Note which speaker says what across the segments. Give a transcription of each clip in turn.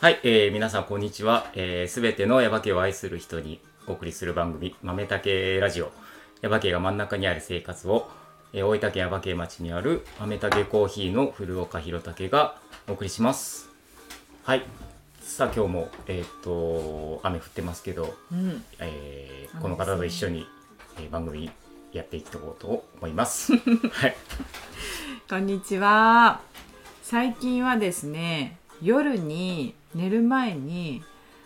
Speaker 1: はい、えー、皆さんこんにちは。す、えー、べ、てのヤバ系を愛する人にお送りする番組、豆竹ラジオ。ヤバ系が真ん中にある生活を、えー、大分県ヤバ系町にある豆竹コーヒーの古岡弘武がお送りします。はい。さあ今日も、えーっと、雨降ってますけど、
Speaker 2: うん、
Speaker 1: えー
Speaker 2: 雨
Speaker 1: この方と一緒に、えー番組やっていこうと思い ます。はい。
Speaker 2: こんにちは最近はですね夜に寝る前に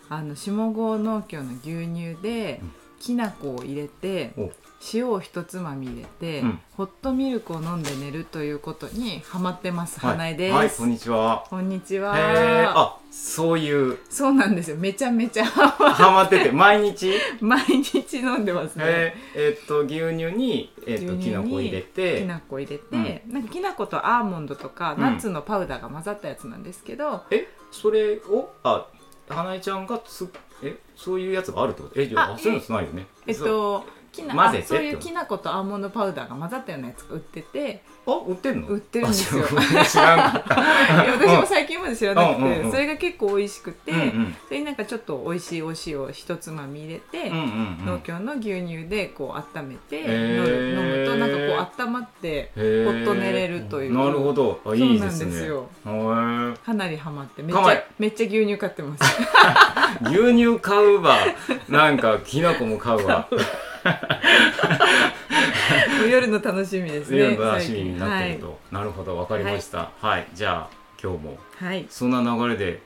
Speaker 2: あの下郷農協の牛乳で
Speaker 1: うん
Speaker 2: きな粉を入れて
Speaker 1: お
Speaker 2: 塩をひとつまみ入れて、
Speaker 1: うん
Speaker 2: ホットミルクを飲んで寝るということにハマってます花江
Speaker 1: はい、は
Speaker 2: で
Speaker 1: い、
Speaker 2: す、
Speaker 1: こんにちは。
Speaker 2: こんにち
Speaker 1: え
Speaker 2: は、
Speaker 1: ー、あ、そういう、
Speaker 2: そうなんですよめちゃめちゃ
Speaker 1: ハマってて、毎日
Speaker 2: 毎日飲んでますね、
Speaker 1: えーえーっと牛乳に、えーっと
Speaker 2: 牛乳
Speaker 1: き
Speaker 2: に
Speaker 1: な粉入れて
Speaker 2: きな粉入れて、なんかきな粉とアーモンドとか、
Speaker 1: うん
Speaker 2: ナッツのパウダーが混ざったやつなんですけど、
Speaker 1: えそれをあ花江ちゃんがつえそういうやつがあるってことえじゃあ
Speaker 2: あ
Speaker 1: そういうのつないよね
Speaker 2: えっ
Speaker 1: そう
Speaker 2: ときな
Speaker 1: 混ぜて
Speaker 2: あそうい
Speaker 1: って
Speaker 2: う
Speaker 1: こと
Speaker 2: きな粉とアーモンドパウダーが混ざったようなやつが売ってて
Speaker 1: あ売ってんの
Speaker 2: 売ってるんですよ
Speaker 1: あそう知らんか った
Speaker 2: いや私も最近まで知らなくて、
Speaker 1: うんうんうん
Speaker 2: それが結構美味しくて、
Speaker 1: うんうん
Speaker 2: それになんかちょっと美味しいお塩をひとつまみ入れて、
Speaker 1: うんうんうん
Speaker 2: 農協の牛乳でこう温めて、
Speaker 1: へー
Speaker 2: 飲む飲むとなんかこう温まって
Speaker 1: へー
Speaker 2: ほっと寝れるという
Speaker 1: なるほどあいいですね
Speaker 2: そうなんですよ
Speaker 1: へー
Speaker 2: かなりハマってめっち
Speaker 1: かわい
Speaker 2: ゃ
Speaker 1: い
Speaker 2: めっちゃ牛乳買ってます。
Speaker 1: 牛乳買うわなんかきな粉も買うわ
Speaker 2: 夜の楽しみですね。
Speaker 1: 全部楽しみになってると、
Speaker 2: 最
Speaker 1: なるほどわかりましたはい、じゃあ今日も
Speaker 2: 近。はい。はい
Speaker 1: そんな流れで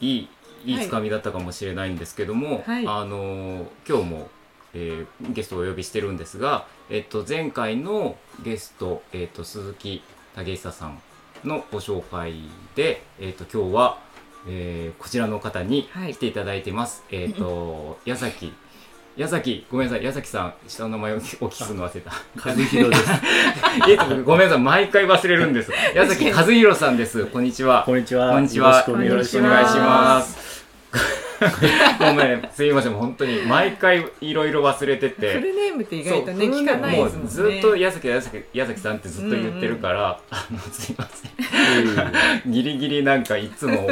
Speaker 1: いいいい
Speaker 2: はい
Speaker 1: つかみだったかもしれないんですけども、
Speaker 2: はい
Speaker 1: あのー今日も、えーゲストをお呼びしてるんですが、えっと、前回のゲスト、えっと、鈴木武久さんのご紹介で、えっと、今日は、えーこちらの方に
Speaker 2: はい
Speaker 1: 来ていただいてます、えっ と矢崎矢崎ごめんなさい矢崎さん下の名前をお聞きするの忘れた
Speaker 3: 和弘です。
Speaker 1: いつもごめんなさい毎回忘れるんです矢崎和弘さんですこんにちは
Speaker 3: こんにちは。
Speaker 1: こんにちは。
Speaker 3: よろしくお願いし
Speaker 2: こんにち
Speaker 3: ま
Speaker 2: は
Speaker 1: す。ごめん、すいません、本当に毎回いろいろ忘れて
Speaker 2: フ
Speaker 1: て。
Speaker 2: ルネームって意外とね
Speaker 1: そう
Speaker 2: 聞かないですもん
Speaker 1: も
Speaker 2: ね。
Speaker 1: うずっと矢崎矢崎矢崎さんってずっと言ってるから、あのすいませんギリギリなんかいつも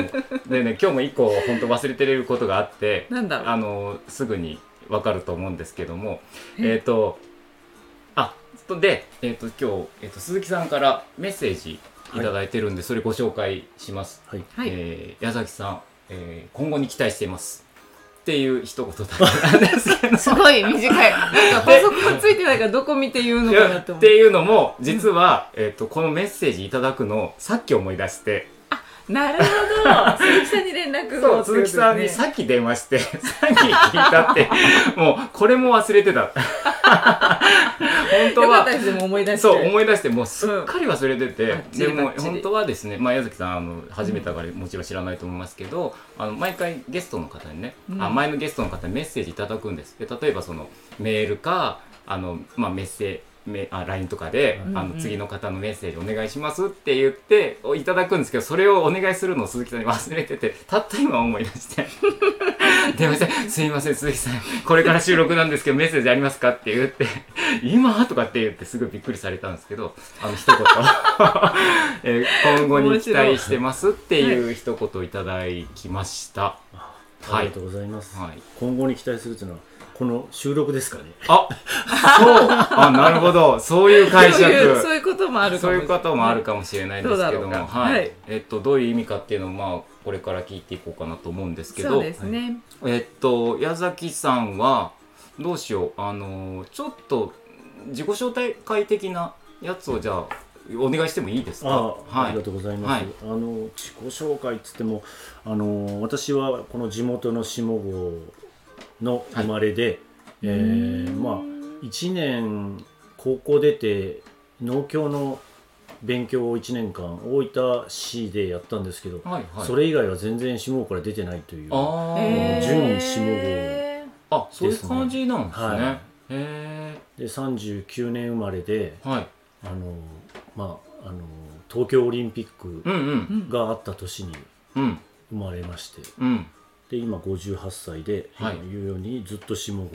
Speaker 1: でね今日も一個本当忘れてることがあって
Speaker 2: なんだろ
Speaker 1: あのすぐにわかると思うんですけどもえっ、とあで、えっと今日、えっと鈴木さんからメッセージいただいてるんで、それご紹介します。
Speaker 3: す。はい。
Speaker 2: う。はい。
Speaker 1: えー矢崎さん、えー今後に期待していますっていう一言だったんです けど
Speaker 2: すごい短い。なんかパソコンついてないからどこ見て言うの
Speaker 1: い
Speaker 2: かな
Speaker 1: や
Speaker 2: と
Speaker 1: っ
Speaker 2: 思
Speaker 1: て
Speaker 2: う。
Speaker 1: いうのも実は、えっとこのメッセージいただくのをさっき思い出して
Speaker 2: なるほど。鈴木さんに連絡
Speaker 1: そう
Speaker 2: を
Speaker 1: 鈴木さんに
Speaker 2: さ
Speaker 1: さっき電話してさっき聞いたってもうこれも忘れてた本当
Speaker 2: よかっ
Speaker 1: は
Speaker 2: たですも思い出して。
Speaker 1: そう思い出してもうすっかり忘れてて、
Speaker 2: うんバッチ
Speaker 1: で
Speaker 2: リ
Speaker 1: も
Speaker 2: バッチリ
Speaker 1: 本当はですね、まあ、矢崎さんあの初めてだからもちろん知らないと思いますけど、あの毎回ゲストの方にね、
Speaker 2: うん
Speaker 1: あ前のゲストの方にメッセージいただくんですで例えばそのメールかあの、まあ、メッセめあ LINE とかで、
Speaker 2: うん
Speaker 1: あ
Speaker 2: う
Speaker 1: の
Speaker 2: ん
Speaker 1: 次の方のメッセージお願いしますって言っておいただくんですけどそれをお願いするのを鈴木さんに忘れててたった今思い出 して電話して「すいません鈴木さんこれから収録なんですけどメッセージありますか?」って言って「 今?」とかって言ってすごいびっくりされたんですけどあの一言、 えー今後に期待してます」っていう一言いただきました。
Speaker 3: ありがとうございます。
Speaker 1: はい
Speaker 3: 今後に期待するというのは、この収録ですかね。
Speaker 1: あ、そう、あ、なるほど、そういう解釈。
Speaker 2: そういうそういうこともあるか
Speaker 1: そ
Speaker 2: も
Speaker 1: ういう
Speaker 2: しれな
Speaker 1: こ
Speaker 2: い。
Speaker 1: ともあるかもしれないんですけど
Speaker 2: どう
Speaker 1: も、
Speaker 2: だろうか
Speaker 1: はい、
Speaker 2: はい
Speaker 1: えっと、どういう意味かっていうのを、まあ、これから聞いていこうかなと思うんですけ
Speaker 2: そ
Speaker 1: ど。
Speaker 2: うですね。
Speaker 1: えっと、矢崎さんは、どうしよう、あの、ちょっと自己紹介的なやつを、じゃあ、お願いしてもいいですか。
Speaker 3: ああ、
Speaker 1: は
Speaker 3: ありが
Speaker 1: い。
Speaker 3: とうございます。
Speaker 1: はい
Speaker 3: あの自己紹介っつっても、あの私はこの地元の下郷の生まれで、えーまあ1年高校出て農協の勉強を1年間大分市でやったんですけど、
Speaker 1: はい、はい。
Speaker 3: それ以外は全然下郷から出てないという。
Speaker 1: ああ、
Speaker 3: えー純下郷
Speaker 2: え
Speaker 1: あ、そういう感じなんですね。
Speaker 3: はい
Speaker 1: へ
Speaker 3: で39年生まれで
Speaker 1: え、はい。
Speaker 3: あの、まあ、あの東京オリンピック
Speaker 1: うん、う、
Speaker 2: ーうんん
Speaker 3: があった年に
Speaker 1: うん、
Speaker 3: 生まれまして
Speaker 1: うん。
Speaker 3: で今58歳で、
Speaker 1: はい
Speaker 3: 今言うようにずっと下郷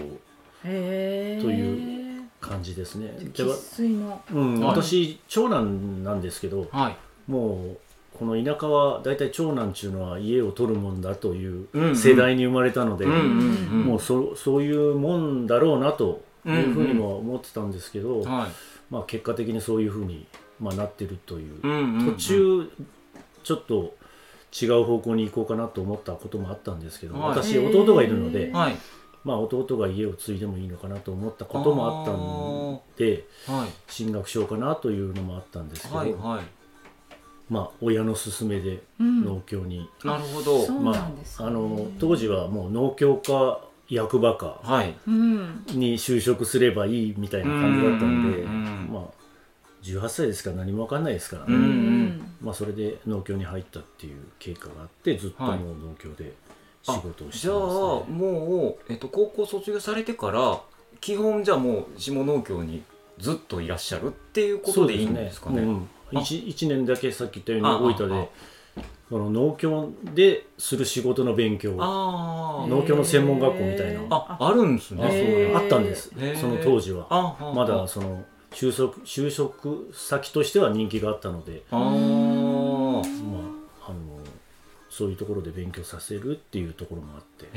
Speaker 2: へー
Speaker 3: という感じですね。で
Speaker 2: 生粋の。
Speaker 3: うん、
Speaker 1: はい
Speaker 3: 私長男なんですけど
Speaker 1: はい。
Speaker 3: もうこの田舎は大体長男ちゅうのは家を取るもんだとい
Speaker 1: うんうん
Speaker 3: う世代に生まれたので、
Speaker 1: うんうんうん
Speaker 3: もうそそういうもんだろうなというふうにも思ってたんですけど、
Speaker 1: はい
Speaker 3: まあ、結果的にそういうふうに、まあ、なってるという、
Speaker 1: うんうん
Speaker 3: 途中ちょっと違う方向に行こうかなと思ったこともあったんですけど、
Speaker 1: はい
Speaker 3: 私弟がいるので、
Speaker 1: はい
Speaker 3: まあ、弟が家を継いでもいいのかなと思ったこともあったんで
Speaker 1: はい
Speaker 3: 進学しようかなというのもあったんですけど、
Speaker 1: はいはい
Speaker 3: まあ、親の勧めで
Speaker 2: うん
Speaker 3: 農協に、
Speaker 1: なるほど
Speaker 2: そうな
Speaker 3: ま
Speaker 2: んです
Speaker 3: あ、
Speaker 2: ね
Speaker 3: あの当時はもう農協か役場か
Speaker 1: はい
Speaker 2: うん
Speaker 3: に就職すればいいみたいな感じだったんで、
Speaker 1: うんうんうん
Speaker 3: まあ、18歳ですから何も分かんないですからね、
Speaker 1: うん
Speaker 3: まあ、それで農協に入ったっていう経過があってずっとも
Speaker 1: は
Speaker 3: う
Speaker 1: い
Speaker 3: 農協で仕事をして
Speaker 1: じゃあ
Speaker 3: ました、ね
Speaker 1: もうえっと高校卒業されてから基本じゃあもう下農協にずっといらっしゃるっていうことでいいんですかね
Speaker 3: そううん、
Speaker 1: あ
Speaker 3: 1, 年だけさっき言ったように
Speaker 1: ああ
Speaker 3: 大分でこの農協でする仕事の勉強あ
Speaker 1: あー
Speaker 3: 農協の専門学校みたいな
Speaker 1: ああるんです
Speaker 3: そう
Speaker 1: ね
Speaker 2: へー
Speaker 3: あったんです
Speaker 1: へー
Speaker 3: その当時は
Speaker 1: ああ
Speaker 3: まだ
Speaker 1: あ
Speaker 3: その就職就職先としては人気があったので、
Speaker 1: あー
Speaker 3: まあ、あのそういうところで勉強させるっていうところもあって、
Speaker 1: へ
Speaker 2: へ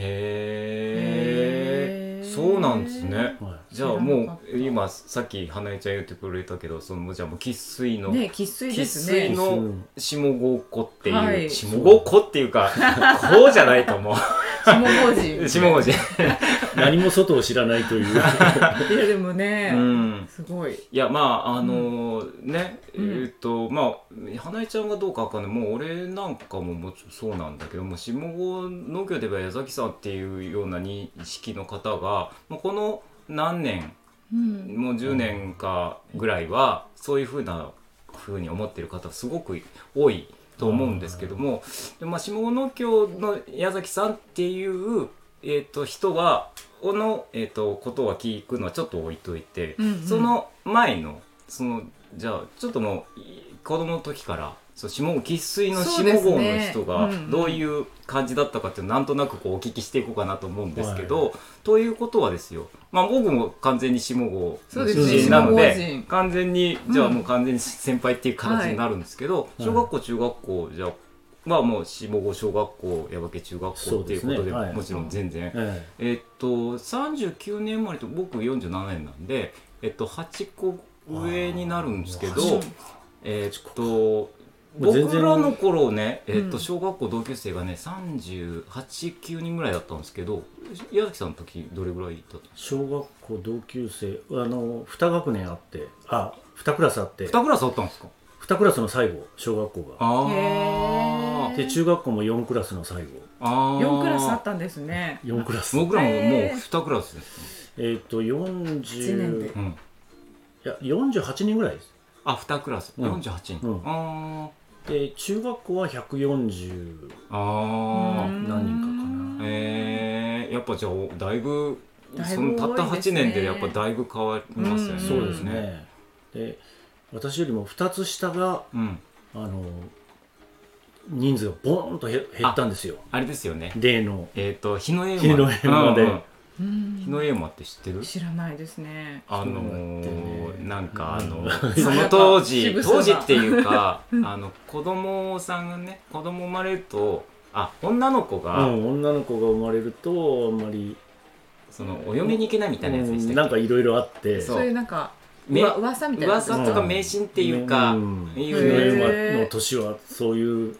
Speaker 1: え
Speaker 2: ー
Speaker 1: そうなんですね
Speaker 3: は
Speaker 1: じゃあ
Speaker 2: 知らなか
Speaker 1: も
Speaker 2: っ
Speaker 1: う
Speaker 2: た
Speaker 1: 今さっき花江ちゃん言ってくれたけどそのじゃあもう生粋の
Speaker 2: ね生粋
Speaker 1: 生
Speaker 2: ですね
Speaker 1: 粋の下五子っていう、
Speaker 2: はい
Speaker 1: 下五子っていうかこうじゃないか も
Speaker 2: 下五人
Speaker 1: う下五子
Speaker 3: い、何も外を知らないと いう
Speaker 2: いやでもね、
Speaker 1: うん
Speaker 2: すごい
Speaker 1: いやまああのーね、
Speaker 2: うん
Speaker 1: えーっとまあ花江ちゃんがどうかわかんないもう俺なんかももちろんそうなんだけども下五農業で言えば矢崎さんっていうような認識の方がもうこの何年
Speaker 2: うん
Speaker 1: もう10年かぐらいはそういうふうなふうに思ってる方すごく多いと思うんですけども、でまあ、下野教の矢崎さんっていう、えー、と人はこの、えー、とことは聞くのはちょっと置いといて、
Speaker 2: うんうん
Speaker 1: その前のそのじゃあちょっともうい子供の時から。そう下生粋の
Speaker 2: そ
Speaker 1: 下
Speaker 2: うですね
Speaker 1: 郷の人が
Speaker 2: うんうん
Speaker 1: どういう感じだったかっていうのをなんとなくこうお聞きしていこうかなと思うんですけど、ということはですよ、まあ、僕も完全に下郷
Speaker 2: そう
Speaker 1: の
Speaker 2: です
Speaker 3: ね
Speaker 1: 出身なの
Speaker 2: 下郷
Speaker 1: で
Speaker 2: 人
Speaker 1: 完全にじゃあ
Speaker 2: うん
Speaker 1: もう完全に先輩っていう形になるんですけど、
Speaker 3: い
Speaker 1: 小学校中学校じゃあまあもう下郷小学校矢掛中学校っていうこ
Speaker 3: そ
Speaker 1: とで
Speaker 3: うですねはい
Speaker 1: もちろん全然、
Speaker 3: え
Speaker 1: えっと39年生まれと僕47年なんで、えっと、8個上になるんですけ
Speaker 3: あー
Speaker 1: ど
Speaker 2: うん
Speaker 1: えっと
Speaker 3: もう全
Speaker 1: 僕
Speaker 3: 然
Speaker 1: らの頃ね、えっと
Speaker 2: うん
Speaker 1: 小学校同級生がね389人ぐらいだったんですけど矢崎さんの時どれぐらいだったんですか
Speaker 3: え小学校同級生あの2学年あってあ2クラスあって
Speaker 1: 2クラスあったんですか
Speaker 3: 2クラスの最後小学校が
Speaker 1: あー
Speaker 2: へー
Speaker 3: で中学校も4クラスの最後
Speaker 1: あー
Speaker 2: 四クラスあったんですね
Speaker 3: 4クラス
Speaker 1: 僕らももう
Speaker 2: へー
Speaker 1: 2クラスです、
Speaker 3: えっと
Speaker 2: 一年で
Speaker 3: 40
Speaker 1: うん、
Speaker 3: いや48人ぐらいです
Speaker 1: あ2クラス
Speaker 3: うん
Speaker 1: 48人、
Speaker 3: うん
Speaker 1: あ
Speaker 3: で中学校は140
Speaker 1: ーあー
Speaker 3: 何人かか
Speaker 2: な
Speaker 1: えー、やっぱじゃあおだいぶ
Speaker 2: だいぶ
Speaker 1: そのたった
Speaker 2: 多いです
Speaker 1: 8
Speaker 2: ね
Speaker 1: 年でやっぱだいぶ変わりますよね、
Speaker 2: うん
Speaker 3: そうですねで私よりも2つ下が
Speaker 1: うん
Speaker 3: あの人数がボーンとへ減ったんですよ
Speaker 1: あれですよね
Speaker 3: 例の
Speaker 1: えっ、と日の絵馬
Speaker 3: 日の絵馬で
Speaker 1: うんうん
Speaker 2: うん
Speaker 1: 日の絵馬って知ってる
Speaker 2: 知らないですね
Speaker 1: あの
Speaker 3: そうなんだよ
Speaker 1: ー、
Speaker 3: ね
Speaker 1: なんかあの
Speaker 3: う
Speaker 1: その当
Speaker 2: や
Speaker 1: 時
Speaker 2: っぱ渋そう
Speaker 1: 当
Speaker 2: な
Speaker 1: 時っていうかあの子供さんがね子供生まれるとあ女の子
Speaker 3: う
Speaker 1: が、
Speaker 3: ん、女の子が生まれるとあんまり
Speaker 1: そのお嫁に行けないみたいなやつでしたっけ、
Speaker 3: なんかいろいろあって
Speaker 1: そ
Speaker 2: そうういうなんか
Speaker 1: め
Speaker 2: うわ噂みたいなやつ
Speaker 1: 噂とか迷信っていうか、
Speaker 3: うん
Speaker 1: い
Speaker 3: いうう
Speaker 1: ね
Speaker 3: の年はそういう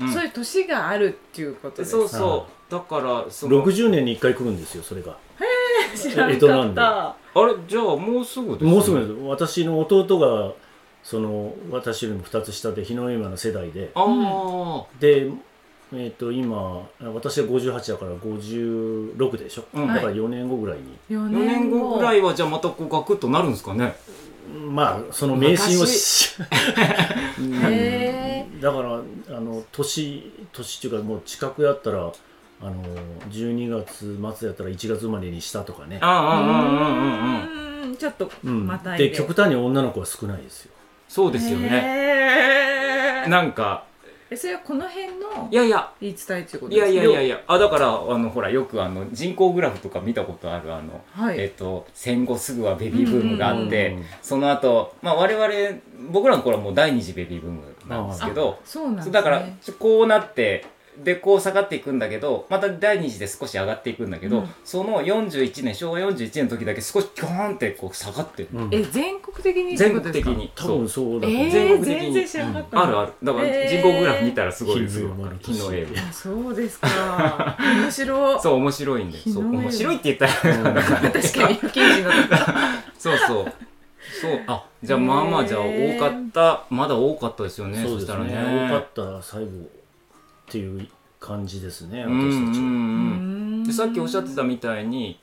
Speaker 1: うん
Speaker 2: そういう年があるっていうことです
Speaker 1: そうそうだからその
Speaker 3: 60年に1回来るんですよそれが
Speaker 2: 知らな
Speaker 3: 江戸な
Speaker 2: か
Speaker 3: ん
Speaker 2: っ
Speaker 3: で
Speaker 2: た
Speaker 1: あれじゃあもうすぐですね
Speaker 3: もうすぐなんです私の弟がその私よりも2つ下で日の絵馬の世代で
Speaker 1: ああ
Speaker 3: でえっ、と今私は58だから56でしょ、
Speaker 1: うん
Speaker 3: だから4年後ぐらいに、
Speaker 2: 4
Speaker 1: 4年
Speaker 2: 年
Speaker 1: 後
Speaker 2: 後
Speaker 1: ぐらいはじゃあまたこうガクッとなるんですかね
Speaker 3: まあその迷信をし
Speaker 2: へ
Speaker 3: だからあの年年っていうかもう近くやったらあの12月末やったら1月生まれにしたとかね、
Speaker 1: あ
Speaker 2: う
Speaker 1: あうんうんうんうんうん
Speaker 2: ーんちょっと
Speaker 3: うん
Speaker 2: またいで
Speaker 3: で極端に女の子は少ないですよ
Speaker 1: そうですよね
Speaker 2: へー
Speaker 1: なんか
Speaker 2: えそれはこの辺の
Speaker 1: いやいや
Speaker 2: 言い伝えっていうこと
Speaker 1: い
Speaker 2: です
Speaker 1: や
Speaker 2: か
Speaker 1: いやいやいやあだからあのほらよくあの人口グラフとか見たことあるあの、
Speaker 2: はい
Speaker 1: えっと戦後すぐはベビーブームがあって、
Speaker 3: うんうんうん
Speaker 1: その後まあ我々僕らの頃はもう第二次ベビーブームなんですけど、
Speaker 2: そうなんです、
Speaker 1: そう
Speaker 2: ね、
Speaker 1: だからこうなってでこう下がっていくんだけどまた第二次で少し上がっていくんだけど、
Speaker 2: うん
Speaker 1: その41年昭和41年の時だけ少しキョーンってこう下がってる、
Speaker 3: うん
Speaker 2: え全国的にって
Speaker 1: 全
Speaker 2: こと
Speaker 1: 国
Speaker 2: で
Speaker 1: 的
Speaker 2: すか
Speaker 1: に
Speaker 3: 多分そうだと
Speaker 2: え
Speaker 3: 思う
Speaker 2: ー、
Speaker 1: 全国的に
Speaker 2: 全然知らなかった、
Speaker 1: あるあるだから人口グラフ見たらすごいですよ
Speaker 3: えー
Speaker 1: 日の英語
Speaker 2: あそうです か面白い
Speaker 1: そう面白いんで
Speaker 2: 日の
Speaker 1: そう
Speaker 2: 英語
Speaker 1: 面白いって言ったら
Speaker 3: うん
Speaker 2: 確かに記事の
Speaker 1: そうそう。そう、あ、じゃあまあまあ、じゃあ多かった、まだ多かったですよね、
Speaker 3: そ
Speaker 1: そう
Speaker 3: で
Speaker 1: し
Speaker 3: す
Speaker 1: たら
Speaker 3: ね
Speaker 1: ね。
Speaker 3: 多かった最後っていう感じですね
Speaker 1: うんうん
Speaker 3: 私たちは、
Speaker 1: うんでさっきおっしゃってたみたいに、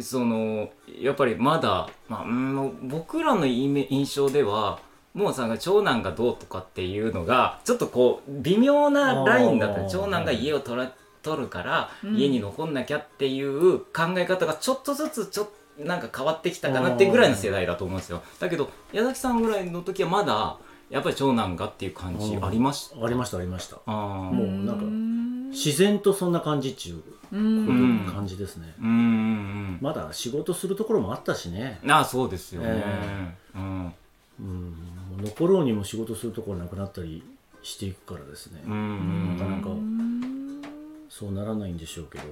Speaker 1: その、やっぱりまだ、まあ、うんもう僕らのイメ印象では、もうさ長男がどうとかっていうのがちょっとこう微妙なラインだった
Speaker 3: あー
Speaker 1: 長男が家を取ら取るから
Speaker 2: うん
Speaker 1: 家に残んなきゃっていう考え方がちょっとずつちょっとなんか変わってきたかなってぐらいの世代だと思うんですよだけど矢崎さんぐらいの時はまだやっぱり長男がっていう感じありました
Speaker 3: ありましたありました
Speaker 1: あー
Speaker 3: もうなんか
Speaker 2: ん
Speaker 3: 自然とそんな感じっていう
Speaker 1: うん
Speaker 3: 感じですね、
Speaker 1: うんうん
Speaker 3: まだ仕事するところもあったしね、
Speaker 1: うんああそうですよね、
Speaker 3: え
Speaker 1: うん
Speaker 3: うん、もう残ろうにも仕事するところなくなったりしていくからですね、
Speaker 1: うんうん
Speaker 3: なかなか
Speaker 2: うん
Speaker 3: そうならないんでしょうけど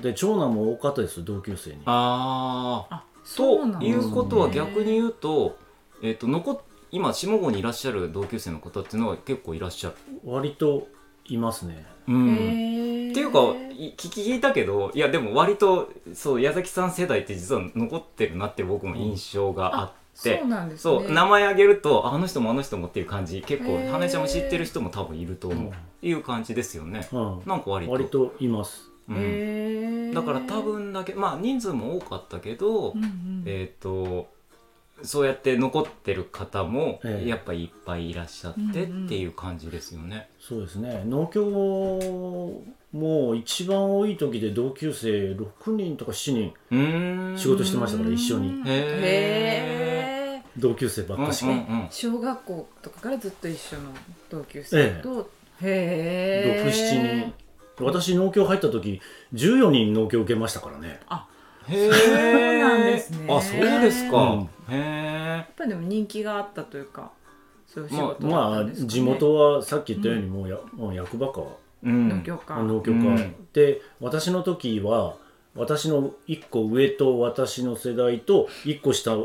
Speaker 3: で長男も多かったですよ同級生に
Speaker 1: ああ
Speaker 2: あそうな
Speaker 1: と
Speaker 2: んで
Speaker 1: い
Speaker 2: すね
Speaker 1: うことは逆に言うと,、えっと残っ今下郷にいらっしゃる同級生の方っていうのは結構いらっしゃる、
Speaker 3: 割といますね
Speaker 1: うん
Speaker 2: へー
Speaker 1: っていうかい聞き聞いたけどいやでも割とそう矢崎さん世代って実は残ってるなって僕も印象があって、
Speaker 2: そうなんですね
Speaker 1: そう名前挙げるとああの人もあの人もっていう感じ結
Speaker 2: へ
Speaker 1: 構
Speaker 2: ー
Speaker 1: 花江ちゃんも知ってる人も多分いると思う、
Speaker 3: うん
Speaker 1: いう感じですよね
Speaker 3: うん
Speaker 1: なんか割と
Speaker 3: 割といます
Speaker 1: うん
Speaker 2: へー
Speaker 1: だから多分だけまあ人数も多かったけど、
Speaker 2: うんうん
Speaker 1: えっ、とそうやって残ってる方も
Speaker 3: ええ
Speaker 1: やっぱいっぱいいらっしゃってっていう感じですよね。
Speaker 3: そうですね農協も一番多い時で同級生6人とか7人
Speaker 1: うーん
Speaker 3: 仕事してましたから一緒に
Speaker 2: うん
Speaker 1: へ
Speaker 2: へー
Speaker 3: 同級生ばっかし
Speaker 1: うん
Speaker 3: か、
Speaker 1: うんうん
Speaker 2: 小学校とかからずっと一緒の同級生と、へえ
Speaker 3: 67人私農協入った時14人農協受けましたからね
Speaker 1: へー
Speaker 2: そうなんですね
Speaker 1: あそうですか。
Speaker 3: うん
Speaker 1: へ
Speaker 2: やっぱでも人気があったというかそういう仕事だった
Speaker 3: ま
Speaker 2: ん
Speaker 3: あ
Speaker 2: ですかね
Speaker 3: 地元はさっき言ったようにもうや、もう役場か
Speaker 1: え。うん
Speaker 2: の業界
Speaker 3: 農協か、
Speaker 1: うん
Speaker 3: で私の時は私の1個上と私の世代と1個下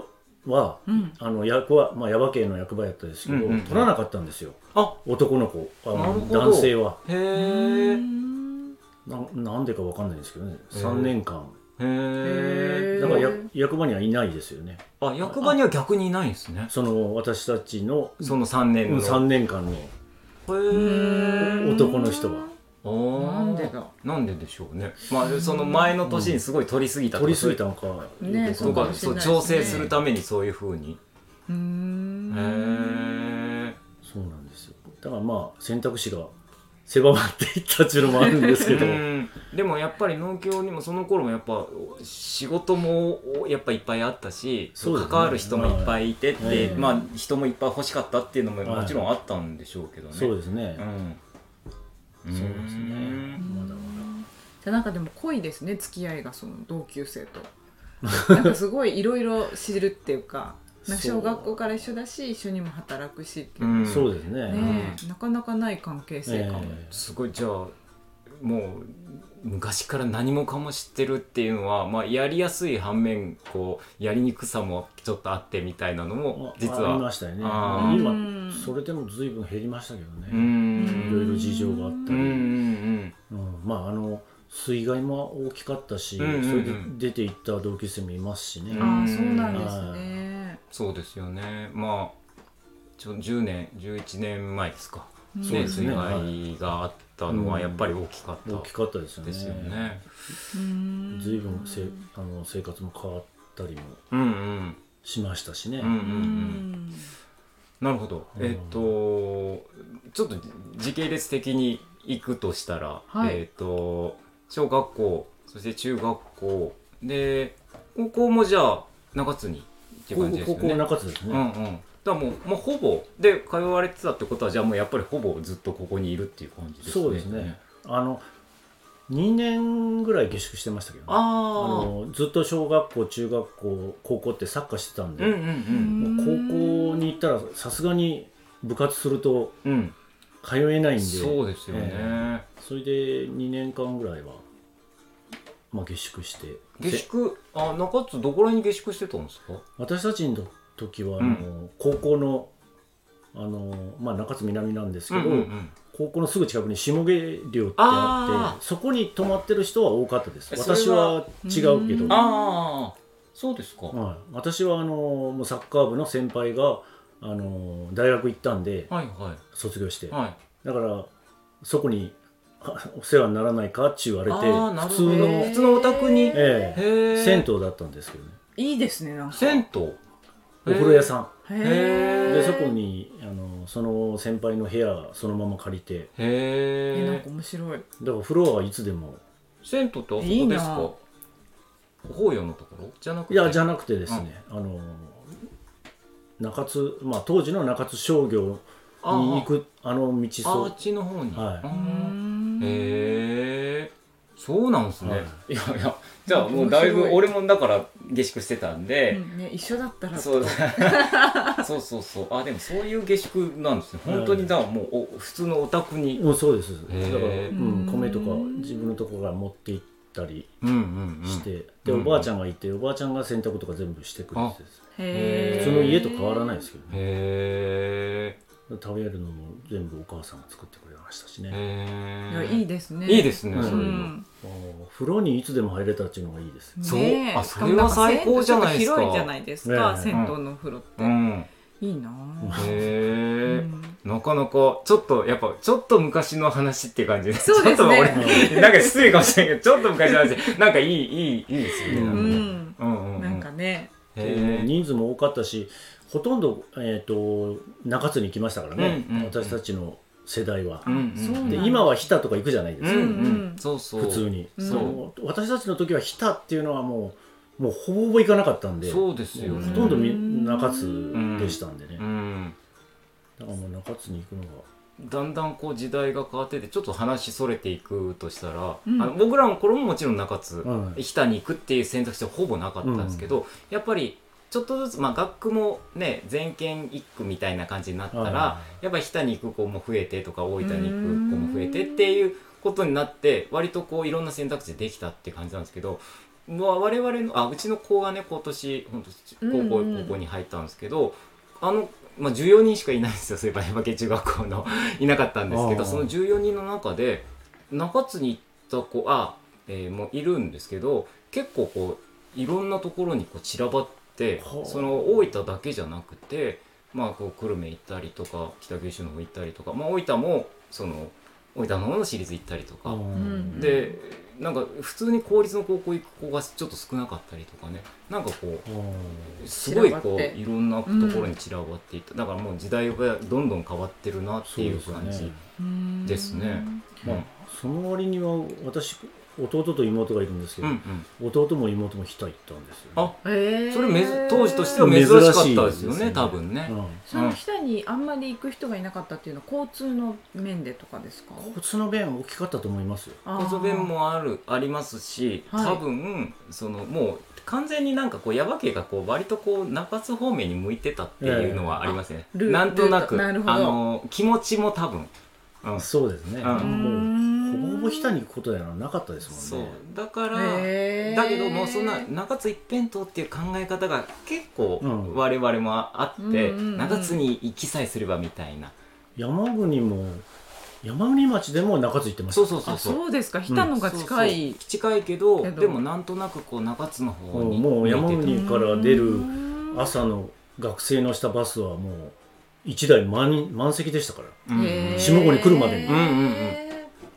Speaker 3: は
Speaker 2: うん
Speaker 3: あの役は、まあ、矢場系の役場やったですけど、
Speaker 1: うんうんうん
Speaker 3: 取らなかったんですよ
Speaker 1: あ
Speaker 3: 男の子あ
Speaker 1: なる
Speaker 3: の
Speaker 1: ほど
Speaker 3: 男性は
Speaker 1: へ
Speaker 2: う
Speaker 1: え。
Speaker 2: ん
Speaker 3: ななんでかわかんないんですけどね
Speaker 1: へー
Speaker 3: 3年間
Speaker 1: へえ。
Speaker 2: へー
Speaker 3: だからや役場にはいないですよね
Speaker 1: あ役場には逆にいないんですね。
Speaker 3: その私たちの
Speaker 1: その三年の。
Speaker 3: 3年間の
Speaker 1: へえ。
Speaker 3: 男の人は
Speaker 1: あー
Speaker 2: なんでだ
Speaker 1: なんででしょうね。まあその前の年にすごい取りすぎたとか
Speaker 3: 取りすぎたのか、
Speaker 2: ね
Speaker 1: と
Speaker 2: そうか
Speaker 1: か
Speaker 2: もし
Speaker 1: そ
Speaker 2: れ
Speaker 1: う
Speaker 2: ないですね
Speaker 1: 調整するためにそういうふうに
Speaker 2: う
Speaker 1: へ
Speaker 2: ん
Speaker 1: え
Speaker 3: そうなんですよだからまあ選択肢が狭まっていったっていうのもあるんですけど
Speaker 1: でもやっぱり農協にもその頃もやっぱお仕事もおやっぱいっぱいあったし、
Speaker 3: そうですね
Speaker 1: 関わる人もいっぱいいてって、
Speaker 3: はい
Speaker 2: はい
Speaker 1: まあ人もいっぱい欲しかったっていうのももちろんあったんでしょうけどね、
Speaker 3: そうですね、
Speaker 1: うん
Speaker 3: そうですね
Speaker 1: うん
Speaker 3: まだま
Speaker 2: じゃあなんかでも濃いですね付き合いがその同級生となんかすごいいろいろ知るっていうかなんか小学校から一緒だし一緒にも働くしっていう、
Speaker 1: うん
Speaker 3: だそうですね
Speaker 2: ねえなかなかない関係性かも、
Speaker 3: え
Speaker 1: すごいじゃあもう昔から何もかも知ってるっていうのは、まあ、やりやすい反面こうやりにくさもちょっとあってみたいなの
Speaker 3: え
Speaker 1: も
Speaker 3: あ
Speaker 1: 実
Speaker 3: あり
Speaker 1: は
Speaker 3: ましたよね
Speaker 1: あ
Speaker 2: ーうん
Speaker 3: 今それでも随分減りましたけど
Speaker 1: う
Speaker 3: ね、いろ
Speaker 1: ん
Speaker 3: いろ事情があった
Speaker 1: うんうんう
Speaker 3: り、
Speaker 1: ん
Speaker 3: うんまああの水害も大きかったし、
Speaker 1: うんうんうん
Speaker 3: それで出ていった同級生もいますしね、
Speaker 1: うん
Speaker 2: ああそうなんですね、
Speaker 1: そうですよねまあちょ10年11年前ですか、
Speaker 2: うん
Speaker 3: そうですね
Speaker 1: 水害があったのはやっぱり大きかっ
Speaker 3: 大きかったです
Speaker 1: た
Speaker 3: よね
Speaker 1: ですよね。
Speaker 2: うん
Speaker 3: 随分せあの生活も変わったりも
Speaker 1: うんうん
Speaker 3: しましたしね、
Speaker 1: うんうんう
Speaker 2: うんん
Speaker 1: なるほど。
Speaker 3: うん
Speaker 1: えっ、と、ちょっと時系列的に行くとしたら、
Speaker 2: はい
Speaker 1: えっ、と、小学校、そして中学校、で、高校もじゃあ、中津にっていう
Speaker 3: 高
Speaker 1: 感
Speaker 3: 校
Speaker 1: じです
Speaker 3: 高
Speaker 1: よ
Speaker 3: 校
Speaker 1: ね。
Speaker 3: 中津ですね、
Speaker 1: うんうん。だからもう、まあ、ほぼ、で、通われてたってことは、じゃあもうやっぱりほぼずっとここにいるっていう感じですね。
Speaker 3: そうですね。あの2年ぐらい下宿してましたけど、ね、あ
Speaker 1: あ
Speaker 3: のずっと小学校中学校高校ってサッカーしてたん
Speaker 1: あ。う
Speaker 3: で、
Speaker 1: んうんうん。
Speaker 3: もう高校に行ったらさすがに部活すると
Speaker 1: うん、
Speaker 3: 通えないんで
Speaker 1: そうですよね、
Speaker 3: ええそれで2年間ぐらいは、まあ、下宿して
Speaker 1: 下
Speaker 3: で
Speaker 1: 宿あ中津どこら辺に下宿してたんですか
Speaker 3: 私たちの時はあの、高校のあの、まあ、中津南なんですけど、
Speaker 1: ん、
Speaker 3: 高校のすぐ近くに下毛寮ってあ
Speaker 1: あ
Speaker 3: ってそこに泊まってる人は多かったです
Speaker 1: えそれ
Speaker 3: 私
Speaker 1: は
Speaker 3: は違うけど
Speaker 2: うん
Speaker 1: ああそうですか、は
Speaker 3: はい、私はあのもうサッカー部の先輩があの大学行ったんで
Speaker 1: いはい
Speaker 3: 卒業して
Speaker 1: はい
Speaker 3: だからそこにあお世話にならないかっちゅう言われて
Speaker 1: あーなる
Speaker 3: 普
Speaker 1: ほ
Speaker 3: 通
Speaker 1: ど
Speaker 3: の、
Speaker 1: 普通のお宅に
Speaker 3: ええ
Speaker 1: へえ
Speaker 3: 銭湯だったんですけどね
Speaker 2: いいですねなんか
Speaker 1: 銭湯
Speaker 3: お風呂屋さん
Speaker 1: へ
Speaker 3: で
Speaker 1: え
Speaker 3: そこにあのその先輩の部屋そのまま借りて
Speaker 2: えなん
Speaker 1: へ
Speaker 2: か
Speaker 1: え
Speaker 2: 面白い
Speaker 3: だからフロアはいつでも
Speaker 1: 銭湯ってあそこ
Speaker 2: いい
Speaker 1: で
Speaker 2: な
Speaker 1: すか法要のところじゃなくて
Speaker 3: いやじゃなくてですね、あの中津、まあ、当時の中津商業
Speaker 1: あー
Speaker 3: に行くあの道
Speaker 1: ああ
Speaker 3: そ
Speaker 1: っちの方に、
Speaker 3: はい
Speaker 1: あ
Speaker 2: う
Speaker 1: ー
Speaker 2: ーん
Speaker 1: へえそうなんすね、、
Speaker 3: はい
Speaker 1: やいやじゃあもうだいぶ
Speaker 2: 面白い
Speaker 1: 俺もだから下宿してたん
Speaker 2: う
Speaker 1: で、
Speaker 2: んね、一緒だったら
Speaker 1: そうそうそうそうあでもそういう下宿なんですね本当にだからもうお普通のお宅に、
Speaker 3: うん、そうです
Speaker 1: へー
Speaker 3: だから、うん、米とか
Speaker 2: うん
Speaker 3: 自分のとこから持って行ったり
Speaker 1: うんうんうん、
Speaker 3: して、
Speaker 1: う
Speaker 3: で
Speaker 1: ん
Speaker 3: おばあちゃんがいておばあちゃんが洗濯とか全部してくれてです
Speaker 1: へー
Speaker 2: へえ
Speaker 3: 普通の家と変わらないですけどね
Speaker 1: へえ
Speaker 3: 食べるのも全部お母さんが作ってくれましたしね、
Speaker 1: へ
Speaker 2: い
Speaker 1: え
Speaker 2: やいいですね
Speaker 1: いいですね、
Speaker 3: うん
Speaker 1: そうれ
Speaker 2: ん
Speaker 3: あー風呂にいつでも入れたっていうのがいいですね
Speaker 1: そう
Speaker 2: ねえ
Speaker 1: あそれは最高じゃないですか
Speaker 2: しもんん広いじゃないですか、
Speaker 3: ねえ
Speaker 2: 銭湯のお風呂って、
Speaker 1: うん、へ
Speaker 2: いいなぁ、う
Speaker 1: え、
Speaker 2: ん
Speaker 1: なかなかちょっとやっぱちょっと昔の話って感じで
Speaker 2: そうですね
Speaker 1: ちょっと俺なんか失礼かもしれないけどちょっと昔の話なんかいいいいいいですよね、
Speaker 3: う
Speaker 1: な
Speaker 2: う
Speaker 1: んかう
Speaker 2: ん、
Speaker 1: んうんうん
Speaker 2: なんかね
Speaker 1: へえ
Speaker 3: 人数も多かったしほとんど、えー、と中津に来ましたからね、
Speaker 1: うんうんうん
Speaker 3: 私たちの世代は
Speaker 1: う、んうん
Speaker 2: そうなん
Speaker 3: で
Speaker 2: だ
Speaker 3: 今は日田とか行くじゃないで
Speaker 1: う
Speaker 3: す
Speaker 1: ん
Speaker 3: か、
Speaker 1: うんそうそう
Speaker 3: 普通に、
Speaker 2: うん
Speaker 3: そう私たちの時は日田っていうのはもうもうほぼほぼ行かなかったんで
Speaker 1: そうですよ
Speaker 3: もう
Speaker 1: ね
Speaker 3: ほとんどみ
Speaker 2: うん
Speaker 3: 中津でしたんでね、
Speaker 1: うん
Speaker 3: だからもう中津に行くのが
Speaker 1: だんだんこう時代が変わっててちょっと話それていくとしたら、
Speaker 2: うん
Speaker 1: あの僕らの頃ももちろん中津、
Speaker 3: うん
Speaker 1: 日田に行くっていう選択肢はほぼなかったんですけど、やっぱりちょっとずつ、まあ、学区もね全県一区みたいな感じになったら、
Speaker 3: は
Speaker 1: やっぱり日田に行く子も増えてとか大分に行く子も増えてっていうことになって割とこういろんな選択肢できたって感じなんですけど、まあ、我々のあうちの子がね今年本当高校,、
Speaker 2: うんうん
Speaker 1: 高校に入ったんですけどあの、まあ、14人しかいないんですよそういえば山系中学校の いなかったんですけ
Speaker 3: あ
Speaker 1: ど
Speaker 3: あ
Speaker 1: その14人の中で中津に行った子あ、えーもういるんですけど結構こういろんなところにこう散らばって
Speaker 3: はあ
Speaker 1: その大分だけじゃなくて。まあ、こう久留米行ったりとか北九州の方行ったりとか、まあ、大分もその大分の方の私立行ったりとか、
Speaker 2: ん
Speaker 1: でなんか普通に公立の高校行く子がちょっと少なかったりとかねなんかこ
Speaker 3: あ
Speaker 1: う
Speaker 3: ー
Speaker 1: すごい
Speaker 2: 散らば
Speaker 1: こ
Speaker 2: って
Speaker 1: ういろんなところに散らばっていった、だからもう時代がどんどん変わってるなっていう
Speaker 3: そう
Speaker 1: 感
Speaker 3: です
Speaker 1: じ
Speaker 3: ね
Speaker 2: うん
Speaker 1: ですね
Speaker 3: まあ、その割には私弟と妹がいるんですけ
Speaker 1: うん
Speaker 3: ど、
Speaker 1: うん
Speaker 3: 弟も妹も日田行ったんですよ、
Speaker 1: あう
Speaker 2: え
Speaker 1: ん
Speaker 2: ー、
Speaker 1: それめず当時としては珍しかったですよ
Speaker 3: 珍しいです
Speaker 1: ね
Speaker 3: ね
Speaker 1: 多分ね、
Speaker 2: その下にあんまり行く人がいなかったっていうのは交通の面でとかですか
Speaker 3: うん、骨の弁大きかったと思いますよ
Speaker 2: あー
Speaker 1: 細弁もあるありますし、
Speaker 2: はい
Speaker 1: 多分そのもう完全になんかこう耶馬渓がこう割とこう中津方面に向いてたっていうのはありますね、
Speaker 2: ええあル
Speaker 1: なんとなく
Speaker 2: ルートなるほど
Speaker 1: あの気持ちも多分、うん
Speaker 3: そうですね、
Speaker 1: うん
Speaker 3: もうほぼほぼ日田
Speaker 2: に
Speaker 3: に行くことやらなかったです
Speaker 1: そ
Speaker 3: も
Speaker 1: うん
Speaker 3: ね
Speaker 1: だから、
Speaker 2: へー
Speaker 1: だけどもうそんな中津一辺倒っていう考え方が結構
Speaker 3: うん
Speaker 1: 我々もあって、
Speaker 2: うんうんうん
Speaker 1: 中津に行きさえすればみたいな、
Speaker 3: 山国も山国町でも中津行ってました
Speaker 1: そうそうそ
Speaker 2: あ
Speaker 1: うそう
Speaker 2: そうですか北のが近い、
Speaker 1: そうそう近いけど
Speaker 2: けど
Speaker 1: でもなんとなくこう中津の方に
Speaker 3: もう山
Speaker 1: 向いてた
Speaker 3: 国から出る
Speaker 2: うん
Speaker 3: 朝の学生のしたバスはもう1台満員満席でしたから
Speaker 1: うん
Speaker 2: へー
Speaker 3: 下郷に来るまでに
Speaker 1: うんうんうん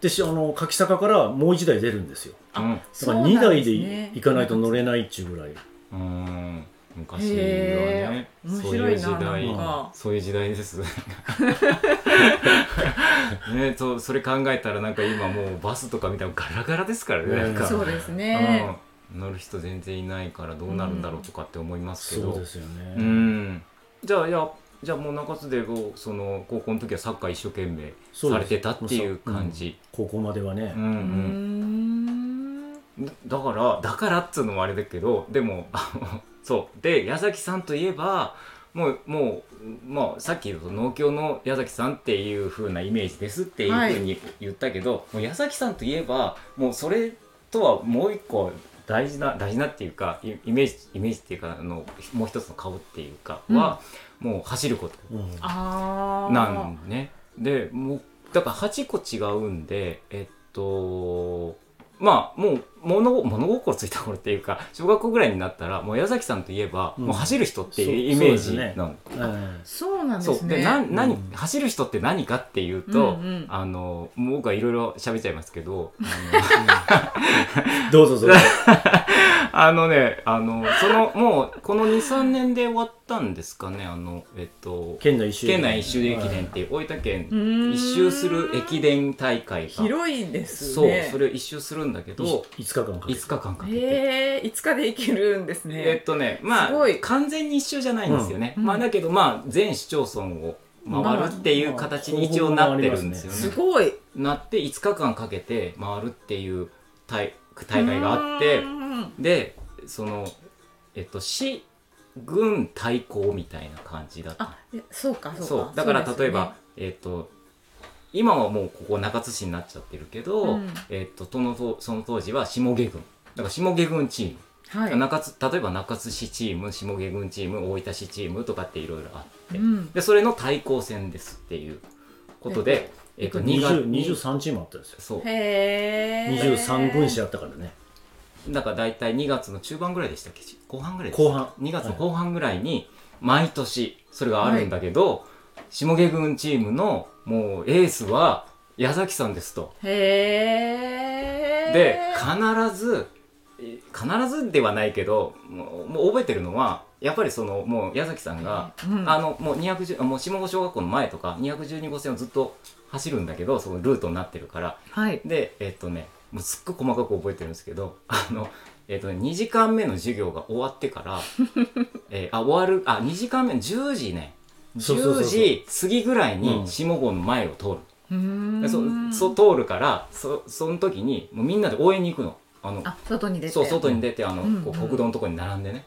Speaker 3: でしあの柿坂からもう1台出るんですよ
Speaker 1: うん
Speaker 3: だから2台で行かないと乗れないっちゅうぐらい、
Speaker 1: うーん昔はね
Speaker 2: へ、ー面白
Speaker 1: そう
Speaker 2: いな
Speaker 1: いう時代
Speaker 2: なんか
Speaker 1: そういう時代ですねそうそれ考えたらなんか今もうバスとか見たらガラガラですからね、
Speaker 3: ね
Speaker 1: なんか
Speaker 2: そうですね、
Speaker 1: うん、乗る人全然いないからどうなるんだろうとかって思いますけど、
Speaker 3: そう
Speaker 1: うん
Speaker 3: ですよね、
Speaker 1: じゃあいやじゃあもう中津でこうその高校の時はサッカー一生懸命
Speaker 3: そう
Speaker 1: さ
Speaker 3: で
Speaker 1: れ
Speaker 3: す
Speaker 1: てたっていう感じ、
Speaker 3: 高校まではね、
Speaker 1: うん
Speaker 2: うー
Speaker 1: うん
Speaker 2: ん
Speaker 1: だだ からだからっつうのもあれだけどでもあのそうで矢崎さんといえばもうもう、まあ、さっき言うと農協の矢崎さんっていう風なイメージですっていう
Speaker 2: はい
Speaker 1: 風に言ったけど、もう矢崎さんといえばもうそれとはもう一個大事な大事なっていうかイイメージイメージっていうかあのもう一つの顔っていうかは、もう走ること
Speaker 3: うん
Speaker 2: ああ
Speaker 1: なんね。でもうだから8個違うんでえっとまあもう物物心ついた頃っていうか小学校ぐらいになったらもう矢崎さんといえば、
Speaker 3: うん
Speaker 1: もう走る人って
Speaker 3: そう
Speaker 1: いうイメー
Speaker 3: そう
Speaker 1: ジ
Speaker 3: ですね
Speaker 1: なの。
Speaker 3: うん
Speaker 2: そうなん
Speaker 1: そ
Speaker 2: で
Speaker 1: う
Speaker 2: す
Speaker 1: で
Speaker 2: ね
Speaker 1: な何、
Speaker 3: うん
Speaker 1: 走る人って何かっていうと、
Speaker 2: うんうん
Speaker 1: あのもう僕はいろいろ喋っちゃいますけど
Speaker 3: どう ぞどうぞ。
Speaker 1: あのねあのそのもうこの23年で終わったんですかねあのえっと
Speaker 3: 県内一周。
Speaker 1: 県内一周駅伝っていう大分
Speaker 2: う
Speaker 1: 県
Speaker 2: ーん
Speaker 1: 一周する駅伝大会が
Speaker 2: 広いです
Speaker 1: そう
Speaker 2: ね
Speaker 1: それを一周するんだけ
Speaker 3: と
Speaker 1: ど
Speaker 3: 5日間かけて
Speaker 1: 5日間かけて。
Speaker 2: えー、5日で行けるんですね、
Speaker 1: えっとねまあ
Speaker 2: すごい
Speaker 1: 完全に一周じゃないんですよね、
Speaker 2: うん
Speaker 1: まあだけどまあ全市町村を回るっていう形に一応なってるんですよね。
Speaker 2: すごい
Speaker 1: なって5日間かけて回るっていう大大会があって
Speaker 2: うーん
Speaker 1: でそのえっと市軍対抗みたいな感じだった
Speaker 2: あえそうかそうか
Speaker 1: そうだから
Speaker 2: そうです
Speaker 1: 例
Speaker 2: よ
Speaker 1: えば、えっと今はもうここ中津市になっちゃってるけど、
Speaker 2: うん
Speaker 1: えっとその当その当時は下毛軍だから下毛軍チーム
Speaker 2: はい、
Speaker 1: 中津例えば中津市チーム下毛郡チーム大分市チームとかっていろいろあって、
Speaker 2: うん
Speaker 1: でそれの対抗戦ですっていうことで、えっと2月
Speaker 3: 20 23チームあったんですよ。
Speaker 1: そう
Speaker 2: へえ
Speaker 3: 23分子あったからね。
Speaker 1: だから大体2月の中盤ぐらいでしたっけ後半ぐらいで
Speaker 3: 後半。
Speaker 1: 2月の後半ぐらいに毎年それがあるんだけど、下毛郡チームのもうエースは矢崎さんですと。
Speaker 2: へえ
Speaker 1: で必ずえ必ずではないけどもうもう覚えてるのはやっぱりそのもう矢崎さんが
Speaker 2: うん
Speaker 1: あのもう210もう下五小学校の前とか212号線をずっと走るんだけどそのルートになってるから
Speaker 2: はい
Speaker 1: でえっとねもうすっごい細かく覚えてるんですけどあの、えっとね、2時間目の授業が終わってから、 えーあ終わるあ2時間目10時ね
Speaker 3: そうそうそう
Speaker 1: 10時過
Speaker 3: そう
Speaker 1: ぎぐらいうに
Speaker 3: ん
Speaker 1: 下郷の前を通る、
Speaker 2: うーん
Speaker 1: でそそ通るからそその時にもうみんなで応援に行くのあの
Speaker 2: あ外に出て
Speaker 1: そう外に出てあの、
Speaker 2: うん
Speaker 1: こう
Speaker 2: うん
Speaker 1: 国道のとこに並んでね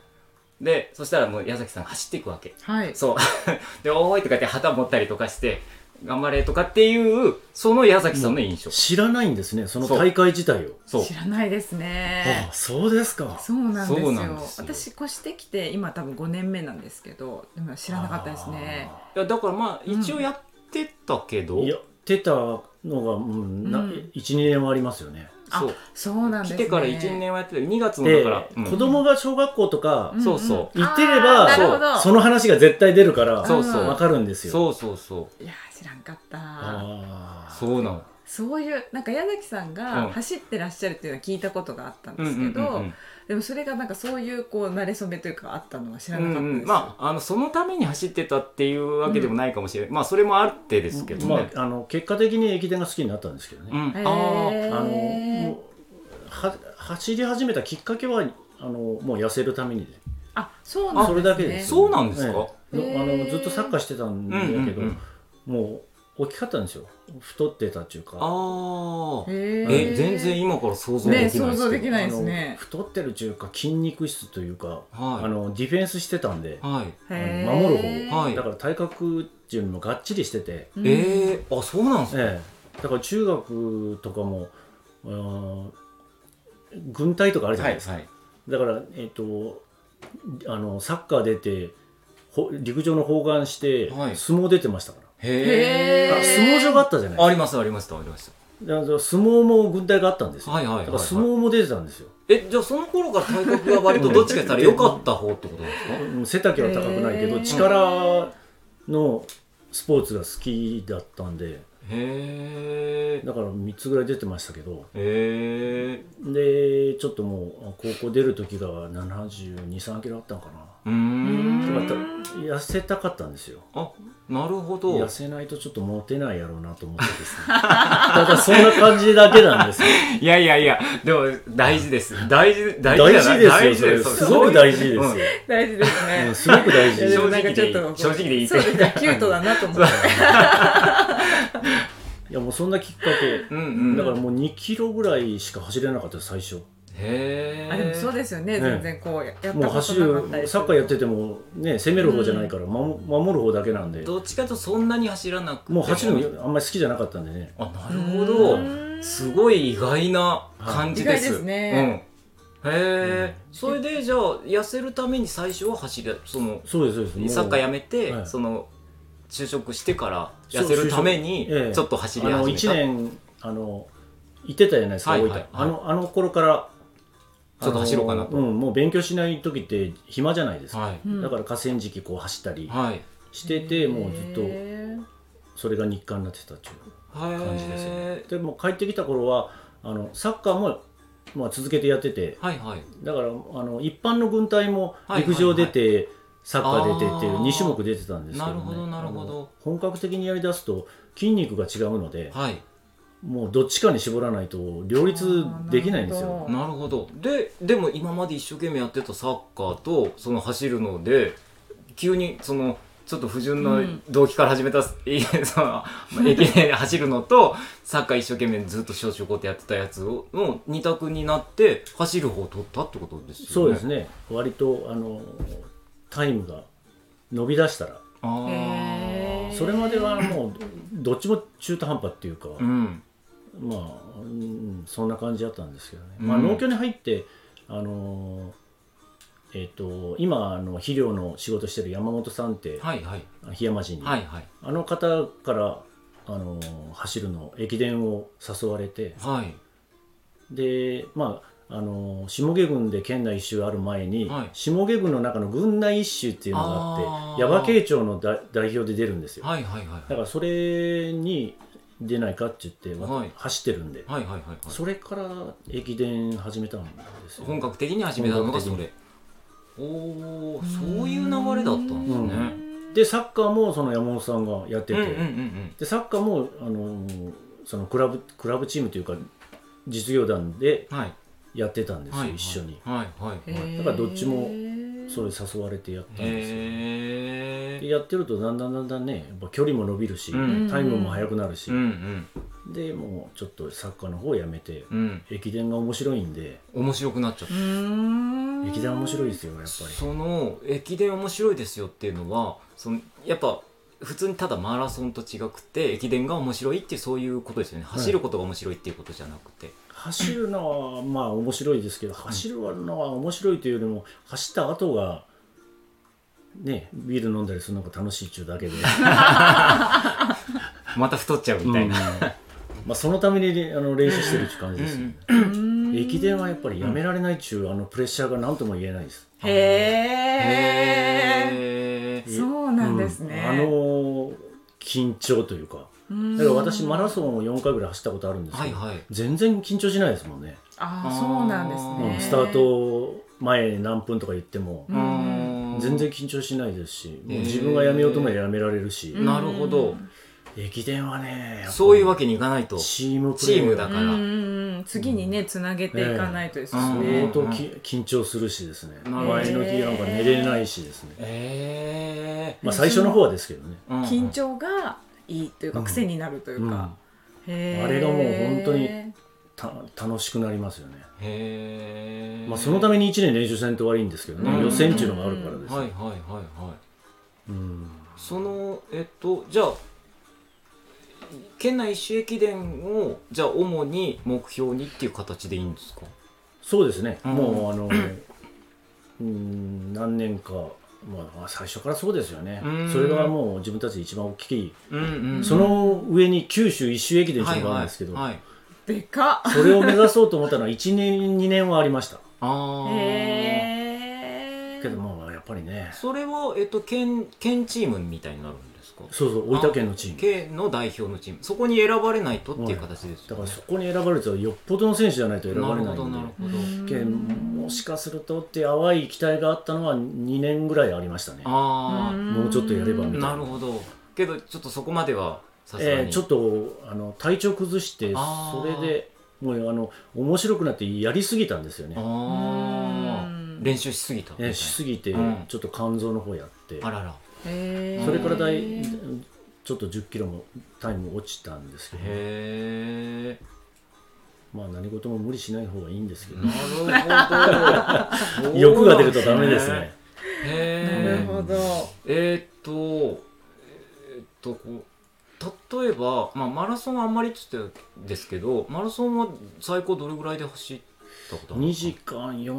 Speaker 1: でそしたらもう矢崎さんが走っていくわけ
Speaker 2: はい
Speaker 1: そう。 で、おーいとかって旗持ったりとかして、頑張れとかっていう、その矢崎さんの印象。
Speaker 3: 知らないんですね、その大会自体を。
Speaker 1: そう。
Speaker 2: 知らないです
Speaker 3: あ
Speaker 2: ね
Speaker 3: あ、そうですか。
Speaker 2: そうなんですよ
Speaker 1: そうなんですよ
Speaker 2: 私越してきて今多分5年目なんですけどでも知らなかったですね
Speaker 1: いやだからまあ、一応やってたけ
Speaker 3: あ
Speaker 1: ど、
Speaker 3: ー。やってたのが、うん、な
Speaker 2: うん
Speaker 3: 1、2年はありますよね。
Speaker 1: そ
Speaker 2: あ
Speaker 1: う。
Speaker 2: そうなんです
Speaker 1: 来
Speaker 2: ね
Speaker 1: てから1年はやってて、2月のだ
Speaker 3: で
Speaker 1: から、う、ん
Speaker 3: 子供が小学校とか
Speaker 2: んん
Speaker 1: そうそ
Speaker 3: 行ってれば、
Speaker 2: あーなるほど
Speaker 3: その話が絶対出るから、
Speaker 1: そう
Speaker 2: うん
Speaker 1: そ
Speaker 3: わ
Speaker 1: う。
Speaker 3: かるんですよ。
Speaker 1: そうそうそう。
Speaker 2: いやー知らんかった
Speaker 3: ああ。
Speaker 1: そうなの。
Speaker 2: そういうなんか矢崎さん
Speaker 1: うん
Speaker 2: が走ってらっしゃるっていうのは聞いたことがあったん
Speaker 1: う
Speaker 2: で
Speaker 1: んう
Speaker 2: す
Speaker 1: ん
Speaker 2: け
Speaker 1: うんう
Speaker 2: ど
Speaker 1: ん
Speaker 2: でもそれがなんかそういうこう慣れ初めというかあったのは知ら
Speaker 1: う
Speaker 2: なかっ
Speaker 1: ん
Speaker 2: た
Speaker 1: う
Speaker 2: で
Speaker 1: ん
Speaker 2: す
Speaker 1: まあ、あのそのために走ってたっていうわけでもないかもしれない、まあそれもあってですけどね、
Speaker 3: まあ、あの結果的に駅伝が好きになったんですけどね。
Speaker 1: うん、
Speaker 2: へ
Speaker 1: あー
Speaker 2: ー
Speaker 3: あのもうは走り始めたきっかけはあのもう痩せるためにで、
Speaker 2: あそう
Speaker 1: あ
Speaker 2: なんですね
Speaker 3: それだけです
Speaker 1: そうなんですか、
Speaker 3: ええ
Speaker 2: へー
Speaker 3: あのずっとサッカーしてたんだけど、
Speaker 1: うんうん
Speaker 3: もう大きかったんですよ太ってたっていうか
Speaker 1: あー
Speaker 2: へー
Speaker 1: え全然今から想像できない
Speaker 2: ね
Speaker 1: ですけど、
Speaker 2: 想像できないです
Speaker 3: あの
Speaker 2: ね
Speaker 3: 太ってるっていうか筋肉質というか、
Speaker 1: はい
Speaker 3: あのディフェンスしてたんで、
Speaker 1: はい
Speaker 2: へ
Speaker 3: あの守る
Speaker 2: ー
Speaker 1: 方はい
Speaker 3: だから体格っていうのもがっちりしてて、
Speaker 2: うん
Speaker 1: ええあそうなんですか、
Speaker 3: ええ、だから中学とかも、うん軍隊とかあるじゃないですか、
Speaker 1: はい
Speaker 3: だから、えっとあのサッカー出てほ陸上の砲丸して、
Speaker 1: はい
Speaker 3: 相撲出てましたから、
Speaker 1: へ
Speaker 2: へ
Speaker 1: え
Speaker 2: ー
Speaker 3: あ相撲場があったじゃない
Speaker 1: あ
Speaker 3: で
Speaker 1: りましたありましたありまし
Speaker 3: すかだから相撲も軍隊があったんです
Speaker 1: た
Speaker 3: よ、
Speaker 1: はいはいはい、
Speaker 3: だ
Speaker 1: は
Speaker 3: から
Speaker 1: い、
Speaker 3: 相撲も出てたんですよ、
Speaker 1: えじゃあその頃から体格が割とどっちか言ったら良かった方ってことなんですか
Speaker 3: うん背丈は高くないけど、
Speaker 2: へー
Speaker 3: 力のスポーツが好きだったんで
Speaker 1: へえ
Speaker 3: だから3つぐらい出てましたけど
Speaker 1: へえ
Speaker 3: でちょっともう高校出る時が7 2 3キロあったのかな
Speaker 1: うー
Speaker 2: うん
Speaker 3: だから痩せたかったんですよ
Speaker 1: あなるほど
Speaker 3: 痩せないとちょっとモテないやろうなと思ってですねただそんな感じだけなんですよ
Speaker 1: いやいやいやでも大事です大事大
Speaker 3: 大
Speaker 1: 事じゃ
Speaker 3: 事
Speaker 1: ない
Speaker 3: ですよそれすごく
Speaker 1: 大
Speaker 3: 大事ですよ
Speaker 1: うん、
Speaker 2: 大事です ね
Speaker 3: うんすごく大
Speaker 2: い
Speaker 3: 事
Speaker 2: や
Speaker 3: で
Speaker 2: です
Speaker 1: 正
Speaker 2: もなん
Speaker 1: 直
Speaker 2: か
Speaker 1: で
Speaker 2: ちょ
Speaker 1: い
Speaker 2: っ
Speaker 1: い
Speaker 2: と
Speaker 1: 正直でいい
Speaker 2: そうですねキュートだなと思って
Speaker 3: いやもうそんなきっかけ
Speaker 1: うんうん
Speaker 3: だからもう2キロぐらいしか走れなかったです最初
Speaker 1: へえ
Speaker 2: あでもそうですよね、
Speaker 3: ね
Speaker 2: 全然こうやったこ
Speaker 3: もう
Speaker 2: となかったり
Speaker 3: 走
Speaker 2: する
Speaker 3: るサッカーやっててもね攻める方じゃないから、守守る方だけなんで
Speaker 1: どっちかというとそんなに走らなくて
Speaker 3: もう走るのあんまり好きじゃなかったんでね
Speaker 1: あなるほど
Speaker 2: うん
Speaker 1: すごい意外な感じです
Speaker 2: 意外ですね、
Speaker 1: うん、へえ、それでじゃあ痩せるために最初は走りその
Speaker 3: そうですそうですもう
Speaker 1: サッカーやめて、
Speaker 3: はい
Speaker 1: その就職してから
Speaker 3: そう
Speaker 1: 痩せるために
Speaker 3: 就職ええ
Speaker 1: ちょっと走り
Speaker 3: あの
Speaker 1: 始
Speaker 3: 1
Speaker 1: め
Speaker 3: 年あの行ってたじゃないですか
Speaker 1: はい
Speaker 3: 大
Speaker 1: は
Speaker 3: 分、
Speaker 1: いはい
Speaker 3: あのあの頃から
Speaker 1: ちょっと走ろうかなと
Speaker 3: あのうん、もう勉強しない時って暇じゃないです
Speaker 1: た
Speaker 3: か、
Speaker 1: はい
Speaker 2: うん
Speaker 3: だから河川敷こう走ったり
Speaker 1: はい
Speaker 3: してて、もうずっと
Speaker 2: へ
Speaker 3: それが日課になってたっていう感
Speaker 1: 感
Speaker 3: じですよねでも帰ってきた頃はあのサッカーも、まあ、続けてやってて
Speaker 1: はいはい
Speaker 3: だからあの一般の軍隊も
Speaker 1: はい
Speaker 3: 陸上出て、サッカー出てってい
Speaker 1: あ
Speaker 3: う
Speaker 1: ー
Speaker 3: 2種目出てたんですけ
Speaker 1: な
Speaker 3: ど、ね、
Speaker 1: るほどなるほど
Speaker 3: あの本格的にやりだすと筋肉が違うので
Speaker 1: はい
Speaker 3: もうどっちかに絞らないと両立できないんです
Speaker 2: あーなるほ
Speaker 3: よ
Speaker 2: ど
Speaker 1: なるほどででも今まで一生懸命やってたサッカーとその走るので急にそのちょっと不純な
Speaker 2: うん
Speaker 1: 動機から始めた、い そのまあ駅伝で走るのとサッカー一生懸命ずっと小中高ってやってたやつをの二択になって走る方を取ったってことですよね
Speaker 3: そうですね割とあのタイムが伸び出したら
Speaker 1: あー
Speaker 2: へー
Speaker 3: それまではもうどっちも中途半端っていうか、
Speaker 1: うん
Speaker 3: まあ、うん、そんな感じだったんですけどね、
Speaker 1: うん
Speaker 3: まあ、農協に入ってあのーえっ、と今あの肥料の仕事してる山本さんって、
Speaker 1: はいはい
Speaker 3: 檜山市に、
Speaker 1: はいはい
Speaker 3: あの方からあのー走るの駅伝を誘われて
Speaker 1: はい
Speaker 3: でまああのー下毛郡で県内一周ある前に、
Speaker 1: はい
Speaker 3: 下毛郡の中の郡内一周っていうのがあって
Speaker 1: あー
Speaker 3: 耶馬渓町の代代表で出るんですよ、
Speaker 1: はいはいはい
Speaker 3: だからそれに出ないかって言って、わ
Speaker 1: はい
Speaker 3: 走ってるんで、
Speaker 1: はいはいはいはい
Speaker 3: それから駅伝始めたんですよ
Speaker 1: 本格的に始めたのがそ
Speaker 3: 本
Speaker 1: れおおそういう流れだったんですね、
Speaker 3: うんでサッカーもその山本さんがやってて、
Speaker 1: うんうんうんうん
Speaker 3: でサッカーも、あのーそのクラブクラブチームというか実業団で
Speaker 1: はい
Speaker 3: やってたんですよ、
Speaker 1: はいはい
Speaker 3: 一緒に
Speaker 1: はいはいはい
Speaker 2: ー
Speaker 3: だからどっちもそ
Speaker 2: へ
Speaker 3: れ誘われてやったんですよ
Speaker 1: へ
Speaker 3: で
Speaker 1: え
Speaker 3: やってるとだんだんだんだんねやっぱ距離も伸びるし、
Speaker 1: うん
Speaker 3: タイムも速くなるし
Speaker 1: うんう、ん
Speaker 3: でもうちょっとサッカーの方をやめて、
Speaker 1: うん
Speaker 3: 駅伝が面白いんで
Speaker 1: 面白くなっちゃっ
Speaker 2: ー
Speaker 1: た
Speaker 2: うーん
Speaker 3: 駅伝面白いですよやっぱり
Speaker 1: その駅伝面白いですよっていうのはそのやっぱ普通にただマラソンと違くて駅伝が面白いっていうそういうことですよね走ることが面白いっていうことじゃなくて、
Speaker 3: 走るのはまあ面白いですけど走るのは面白いというよりも走った後がねビール飲んだりするのが楽しいっちゅうだけで、
Speaker 1: また太っちゃうみたいな、
Speaker 3: まあそのためにあの練習してるっちゅう感じですよね、
Speaker 2: うん
Speaker 3: 駅伝はやっぱりやめられないっちゅうあのプレッシャーが何とも言えないです
Speaker 2: へえ
Speaker 1: へえ
Speaker 2: そうなんですね、
Speaker 3: うんあの緊張というか
Speaker 2: うん
Speaker 3: だから私マラソンを4回ぐらい走ったことあるんですけ
Speaker 1: はい
Speaker 3: ど、
Speaker 1: はい
Speaker 3: 全然緊張しないですもんね、
Speaker 2: ああそうなんです
Speaker 3: うん
Speaker 2: ね、
Speaker 3: スタート前何分とか言っても
Speaker 2: う、ん
Speaker 3: 全然緊張しないですし、もう
Speaker 1: へー
Speaker 3: 自分がやめようともやめられるし、
Speaker 1: なるほど
Speaker 3: 駅伝はね、やっぱ
Speaker 1: そういうわけにいかないと
Speaker 3: チームプ
Speaker 1: チ
Speaker 3: レー
Speaker 1: ームだ
Speaker 2: う
Speaker 1: か
Speaker 2: ん
Speaker 1: ら、
Speaker 2: うんうん次にねつなげていかないとですよ
Speaker 1: え
Speaker 2: ね
Speaker 3: 相
Speaker 1: え
Speaker 3: 当き緊張するしですね、
Speaker 1: なるほど
Speaker 3: 前の日なんか寝れないしですね、
Speaker 1: え
Speaker 3: まあ最初の方はですけどね、
Speaker 1: えうん
Speaker 2: 緊張がいいというか、
Speaker 3: うん
Speaker 2: 癖になるというか、へー
Speaker 3: あれがもう本当にた楽しくなりますよね。
Speaker 1: へえ
Speaker 3: まあそのために1年練習せんと悪いんですけどね、
Speaker 1: うん
Speaker 3: 予選っていうのがあるからです、
Speaker 1: はいはいはいはい
Speaker 3: うん
Speaker 1: そのえっとじゃあ県内一周駅伝をじゃあ主に目標にっていう形でいいんですか
Speaker 3: そうですね、
Speaker 1: うん
Speaker 3: もうあの、うん、何年か、まあ、最初からそうですよね
Speaker 1: うん、
Speaker 3: それがもう自分たちで一番大きい
Speaker 1: うんう
Speaker 3: その上に九州一周駅伝っていうのがあるんですけど、
Speaker 1: はいはいはい
Speaker 2: でかっ
Speaker 3: それを目指そうと思ったのは1年2年はありました
Speaker 1: ああ
Speaker 2: へえ
Speaker 3: けどもやっぱりね
Speaker 1: それはえっと県県チームみたいになるんですか
Speaker 3: そうそう大分県のチーム
Speaker 1: 県の代表のチームそこに選ばれないとっていう形です
Speaker 3: だ
Speaker 1: よ
Speaker 3: か
Speaker 1: ね
Speaker 3: らそこに選ばれるとよっぽどの選手じゃないと選ば
Speaker 1: な
Speaker 3: れ
Speaker 1: る
Speaker 3: な
Speaker 1: ほ
Speaker 3: い
Speaker 1: ど
Speaker 3: んで
Speaker 1: なるほど
Speaker 3: けどもしかするとって淡い期待があったのは2年ぐらいありましたね
Speaker 1: ああ
Speaker 3: もうちょっとやればみたい
Speaker 1: なるほどけどちょっとそこまではさすがに、
Speaker 3: えーちょっとあの体調崩して
Speaker 1: あ
Speaker 3: そ
Speaker 1: ー
Speaker 3: れでもうあの面白くなってやりすぎたんですよね、
Speaker 1: あ
Speaker 2: う
Speaker 1: ー
Speaker 2: ん
Speaker 1: 練習しすぎたみたい
Speaker 3: え
Speaker 1: な
Speaker 3: ーしすぎて
Speaker 1: うん
Speaker 3: ちょっと肝臓の方やって、
Speaker 1: あらら
Speaker 2: へー
Speaker 3: それからだいちょっと1 0キロもタイム落ちたんですけど
Speaker 1: へえ
Speaker 3: まあ何事も無理しない方がいいんですけど、
Speaker 1: なるほど
Speaker 3: 欲が出るとダメですね。
Speaker 2: な
Speaker 1: へ
Speaker 2: るほど。
Speaker 1: ええーっとえーっとこう例えば、まあ、マラソンあんまりっつってですけどマラソンは最高どれぐらいで走ったことあるん
Speaker 3: 2
Speaker 1: です
Speaker 3: 時
Speaker 1: か
Speaker 3: 間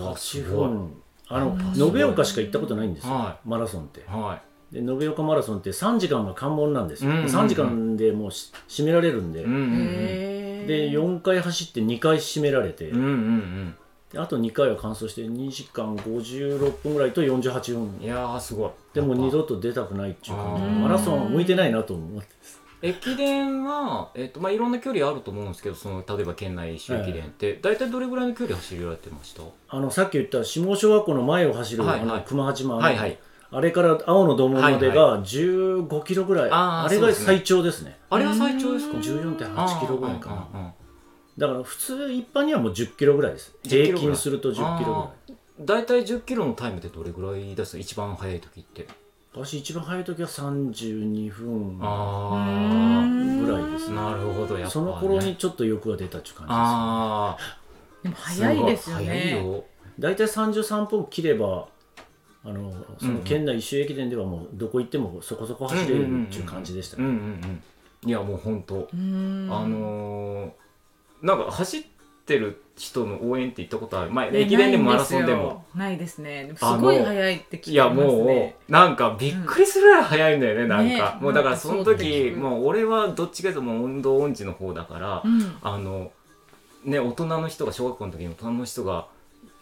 Speaker 1: うわす
Speaker 3: 48
Speaker 1: ごい
Speaker 3: 分あの
Speaker 2: あ
Speaker 1: すごい
Speaker 3: 延岡しか行ったことないんですよ、
Speaker 1: は
Speaker 3: マラソンって
Speaker 1: は
Speaker 3: で延岡マラソンって3時間が関門なんですよ、
Speaker 1: うんうんうん
Speaker 3: 3時間でもうし締められるんで、
Speaker 1: いうんうんうん
Speaker 2: へー
Speaker 3: で4回走って2回締められて、
Speaker 1: うんうん
Speaker 3: であと2回は完走して2時間56分ぐらいと48
Speaker 1: うん
Speaker 3: 分
Speaker 1: いやーすごい
Speaker 3: でも
Speaker 1: やっぱ
Speaker 3: 二度と出たくないっていう感じ
Speaker 1: あー
Speaker 3: マラソンは向いてないなと思って
Speaker 1: 駅伝は、えっとまあ、いろんな距離あると思うんですけどその例えば県内一周駅伝って大体どれぐらいの距離走りられてました
Speaker 3: あのさっき言った下小学校の前を走る、
Speaker 1: はいはい
Speaker 3: あの熊八幡の、
Speaker 1: はいはい
Speaker 3: あれから青の道門まで
Speaker 1: は
Speaker 3: が15キロぐらい、
Speaker 1: あー
Speaker 3: あれ
Speaker 1: そう
Speaker 3: が
Speaker 1: ですね
Speaker 3: 最長ですね
Speaker 1: あれは最長ですか
Speaker 3: 14.8キロぐらいかな
Speaker 1: あーあ
Speaker 3: だから普通一般にはもう10キロぐらいです
Speaker 1: 10キロぐ
Speaker 3: 平
Speaker 1: らい
Speaker 3: 均すると10キロぐら
Speaker 1: あー大体10キロのタイムってどれぐらいですか一番速い時って
Speaker 3: い私一番早い時は32分
Speaker 1: あ
Speaker 3: ぐらいです
Speaker 1: あ
Speaker 3: ね
Speaker 1: なるほどやっぱ、ね、
Speaker 3: その頃にちょっと欲が出たっていう感
Speaker 1: ああ
Speaker 2: でも早いですよ
Speaker 1: 早い
Speaker 2: ね。
Speaker 1: よ
Speaker 3: じです大体33分切ればあのその県内一周駅伝ではもうどこ行ってもそこそこ走れるっていう感じでした
Speaker 1: う
Speaker 3: ね
Speaker 1: んうんうんいやもう本当
Speaker 2: うーん
Speaker 1: あのー、なんか走ってる人の応援って行ったことある前、
Speaker 2: ね
Speaker 1: 駅伝でもマ
Speaker 2: ないん
Speaker 1: ラ
Speaker 2: す
Speaker 1: ソ
Speaker 2: よ
Speaker 1: ンでも
Speaker 2: ないですね。す
Speaker 1: あの
Speaker 2: ごい早いって聞
Speaker 1: い
Speaker 2: いて
Speaker 1: や
Speaker 2: ます
Speaker 1: もう、
Speaker 2: ね。
Speaker 1: なんかびっくりするぐらい早いんだよね、なん
Speaker 2: ね
Speaker 1: かもうだか
Speaker 2: な
Speaker 1: ら
Speaker 2: んか
Speaker 1: その
Speaker 2: そうって聞
Speaker 1: 時
Speaker 2: く
Speaker 1: もう俺はどっちかというともう運動音痴の方だから、
Speaker 2: うん
Speaker 1: あのね大人の人が小学校の時に大人の人が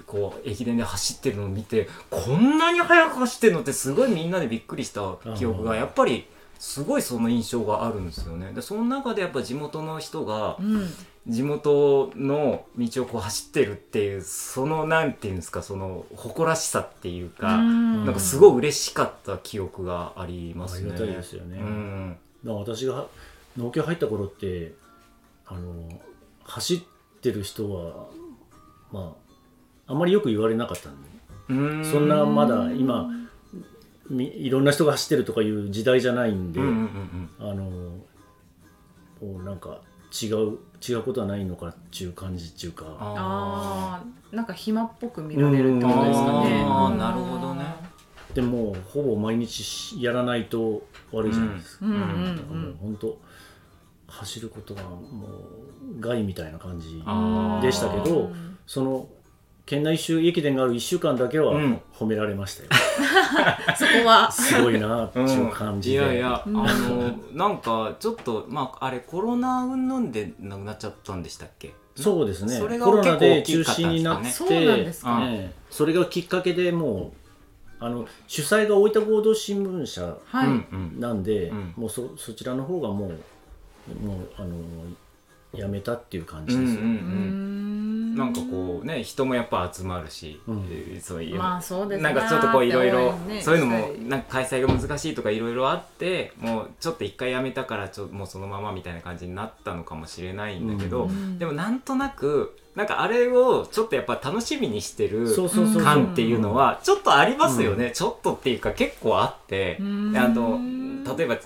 Speaker 1: こう駅伝で走ってるのを見てこんなに速く走ってるのってすごいみんなでびっくりした記憶が
Speaker 3: うん
Speaker 1: やっぱりすごいその印象があるんですよね。でその中でやっぱ地元の人が
Speaker 2: うん
Speaker 1: 地元の道をこう走ってるっていうそのなんていうんですかその誇らしさっていうか、
Speaker 2: うん
Speaker 1: なんかすごい嬉しかった記憶がありま
Speaker 3: あ
Speaker 1: す
Speaker 3: り
Speaker 1: ね。
Speaker 3: がたいですよね、
Speaker 1: うん
Speaker 3: だから私が農協入った頃ってあの走ってる人はまああんまりよく言われなかったんで
Speaker 1: うん
Speaker 3: そんなまだ今みいろんな人が走ってるとかいう時代じゃないんで、
Speaker 1: うんうんうんうん
Speaker 3: あのこうなんか違う違うことはないのかっていう感じっていうか
Speaker 1: ー
Speaker 2: ああなんか暇っぽく見られるってことですかね。
Speaker 1: うんあーなるほどね
Speaker 3: でもほぼ毎日しやらないと悪いじゃないですか、
Speaker 2: うんうん
Speaker 3: だからもう本当走ることがもう害みたいな感じ
Speaker 2: うんうん。
Speaker 3: でしたけど
Speaker 2: うん
Speaker 3: その県内一周駅伝がある1週間だけは
Speaker 1: うん
Speaker 3: 褒められましたよ、
Speaker 2: そこは
Speaker 3: すごいなっていう感じで、
Speaker 1: いやいや、
Speaker 2: うん
Speaker 1: あのなんかちょっとまああれコロナ云々で亡くなっちゃったんでしたっけ
Speaker 3: そうですね
Speaker 1: それが
Speaker 3: コロナで中
Speaker 1: 結構大きか
Speaker 3: 止
Speaker 1: ったんで
Speaker 3: に
Speaker 1: す
Speaker 3: な
Speaker 1: か
Speaker 3: っ
Speaker 1: ね
Speaker 3: て
Speaker 2: そうなんです
Speaker 1: か
Speaker 3: ええそれがきっかけでもうあの主催が大分合同新聞社
Speaker 2: はい。
Speaker 1: うんうん
Speaker 3: なんで、
Speaker 1: うん
Speaker 3: もうそそちらの方がもうもうあのやめたっていう感
Speaker 1: うん
Speaker 3: じ
Speaker 1: う
Speaker 3: ですよ、
Speaker 2: うん
Speaker 1: うん
Speaker 2: ん
Speaker 1: なんかこうね人もやっぱ集まるし、
Speaker 3: うん
Speaker 1: えーそういう、
Speaker 2: まあそうです
Speaker 1: なんかちょっとこういろいろそういうのもなんか開催が難しいとかいろいろあってもうちょっと一回やめたからちょもうそのままみたいな感じになったのかもしれないんだけど、
Speaker 3: うん
Speaker 1: でもなんとなくなんかあれをちょっとやっぱ楽しみにしてる
Speaker 3: そうそうそうそう
Speaker 1: 感っていうのはちょっとありますよね、ちょっとっていうか結構あって、
Speaker 2: うん
Speaker 1: あと例えば、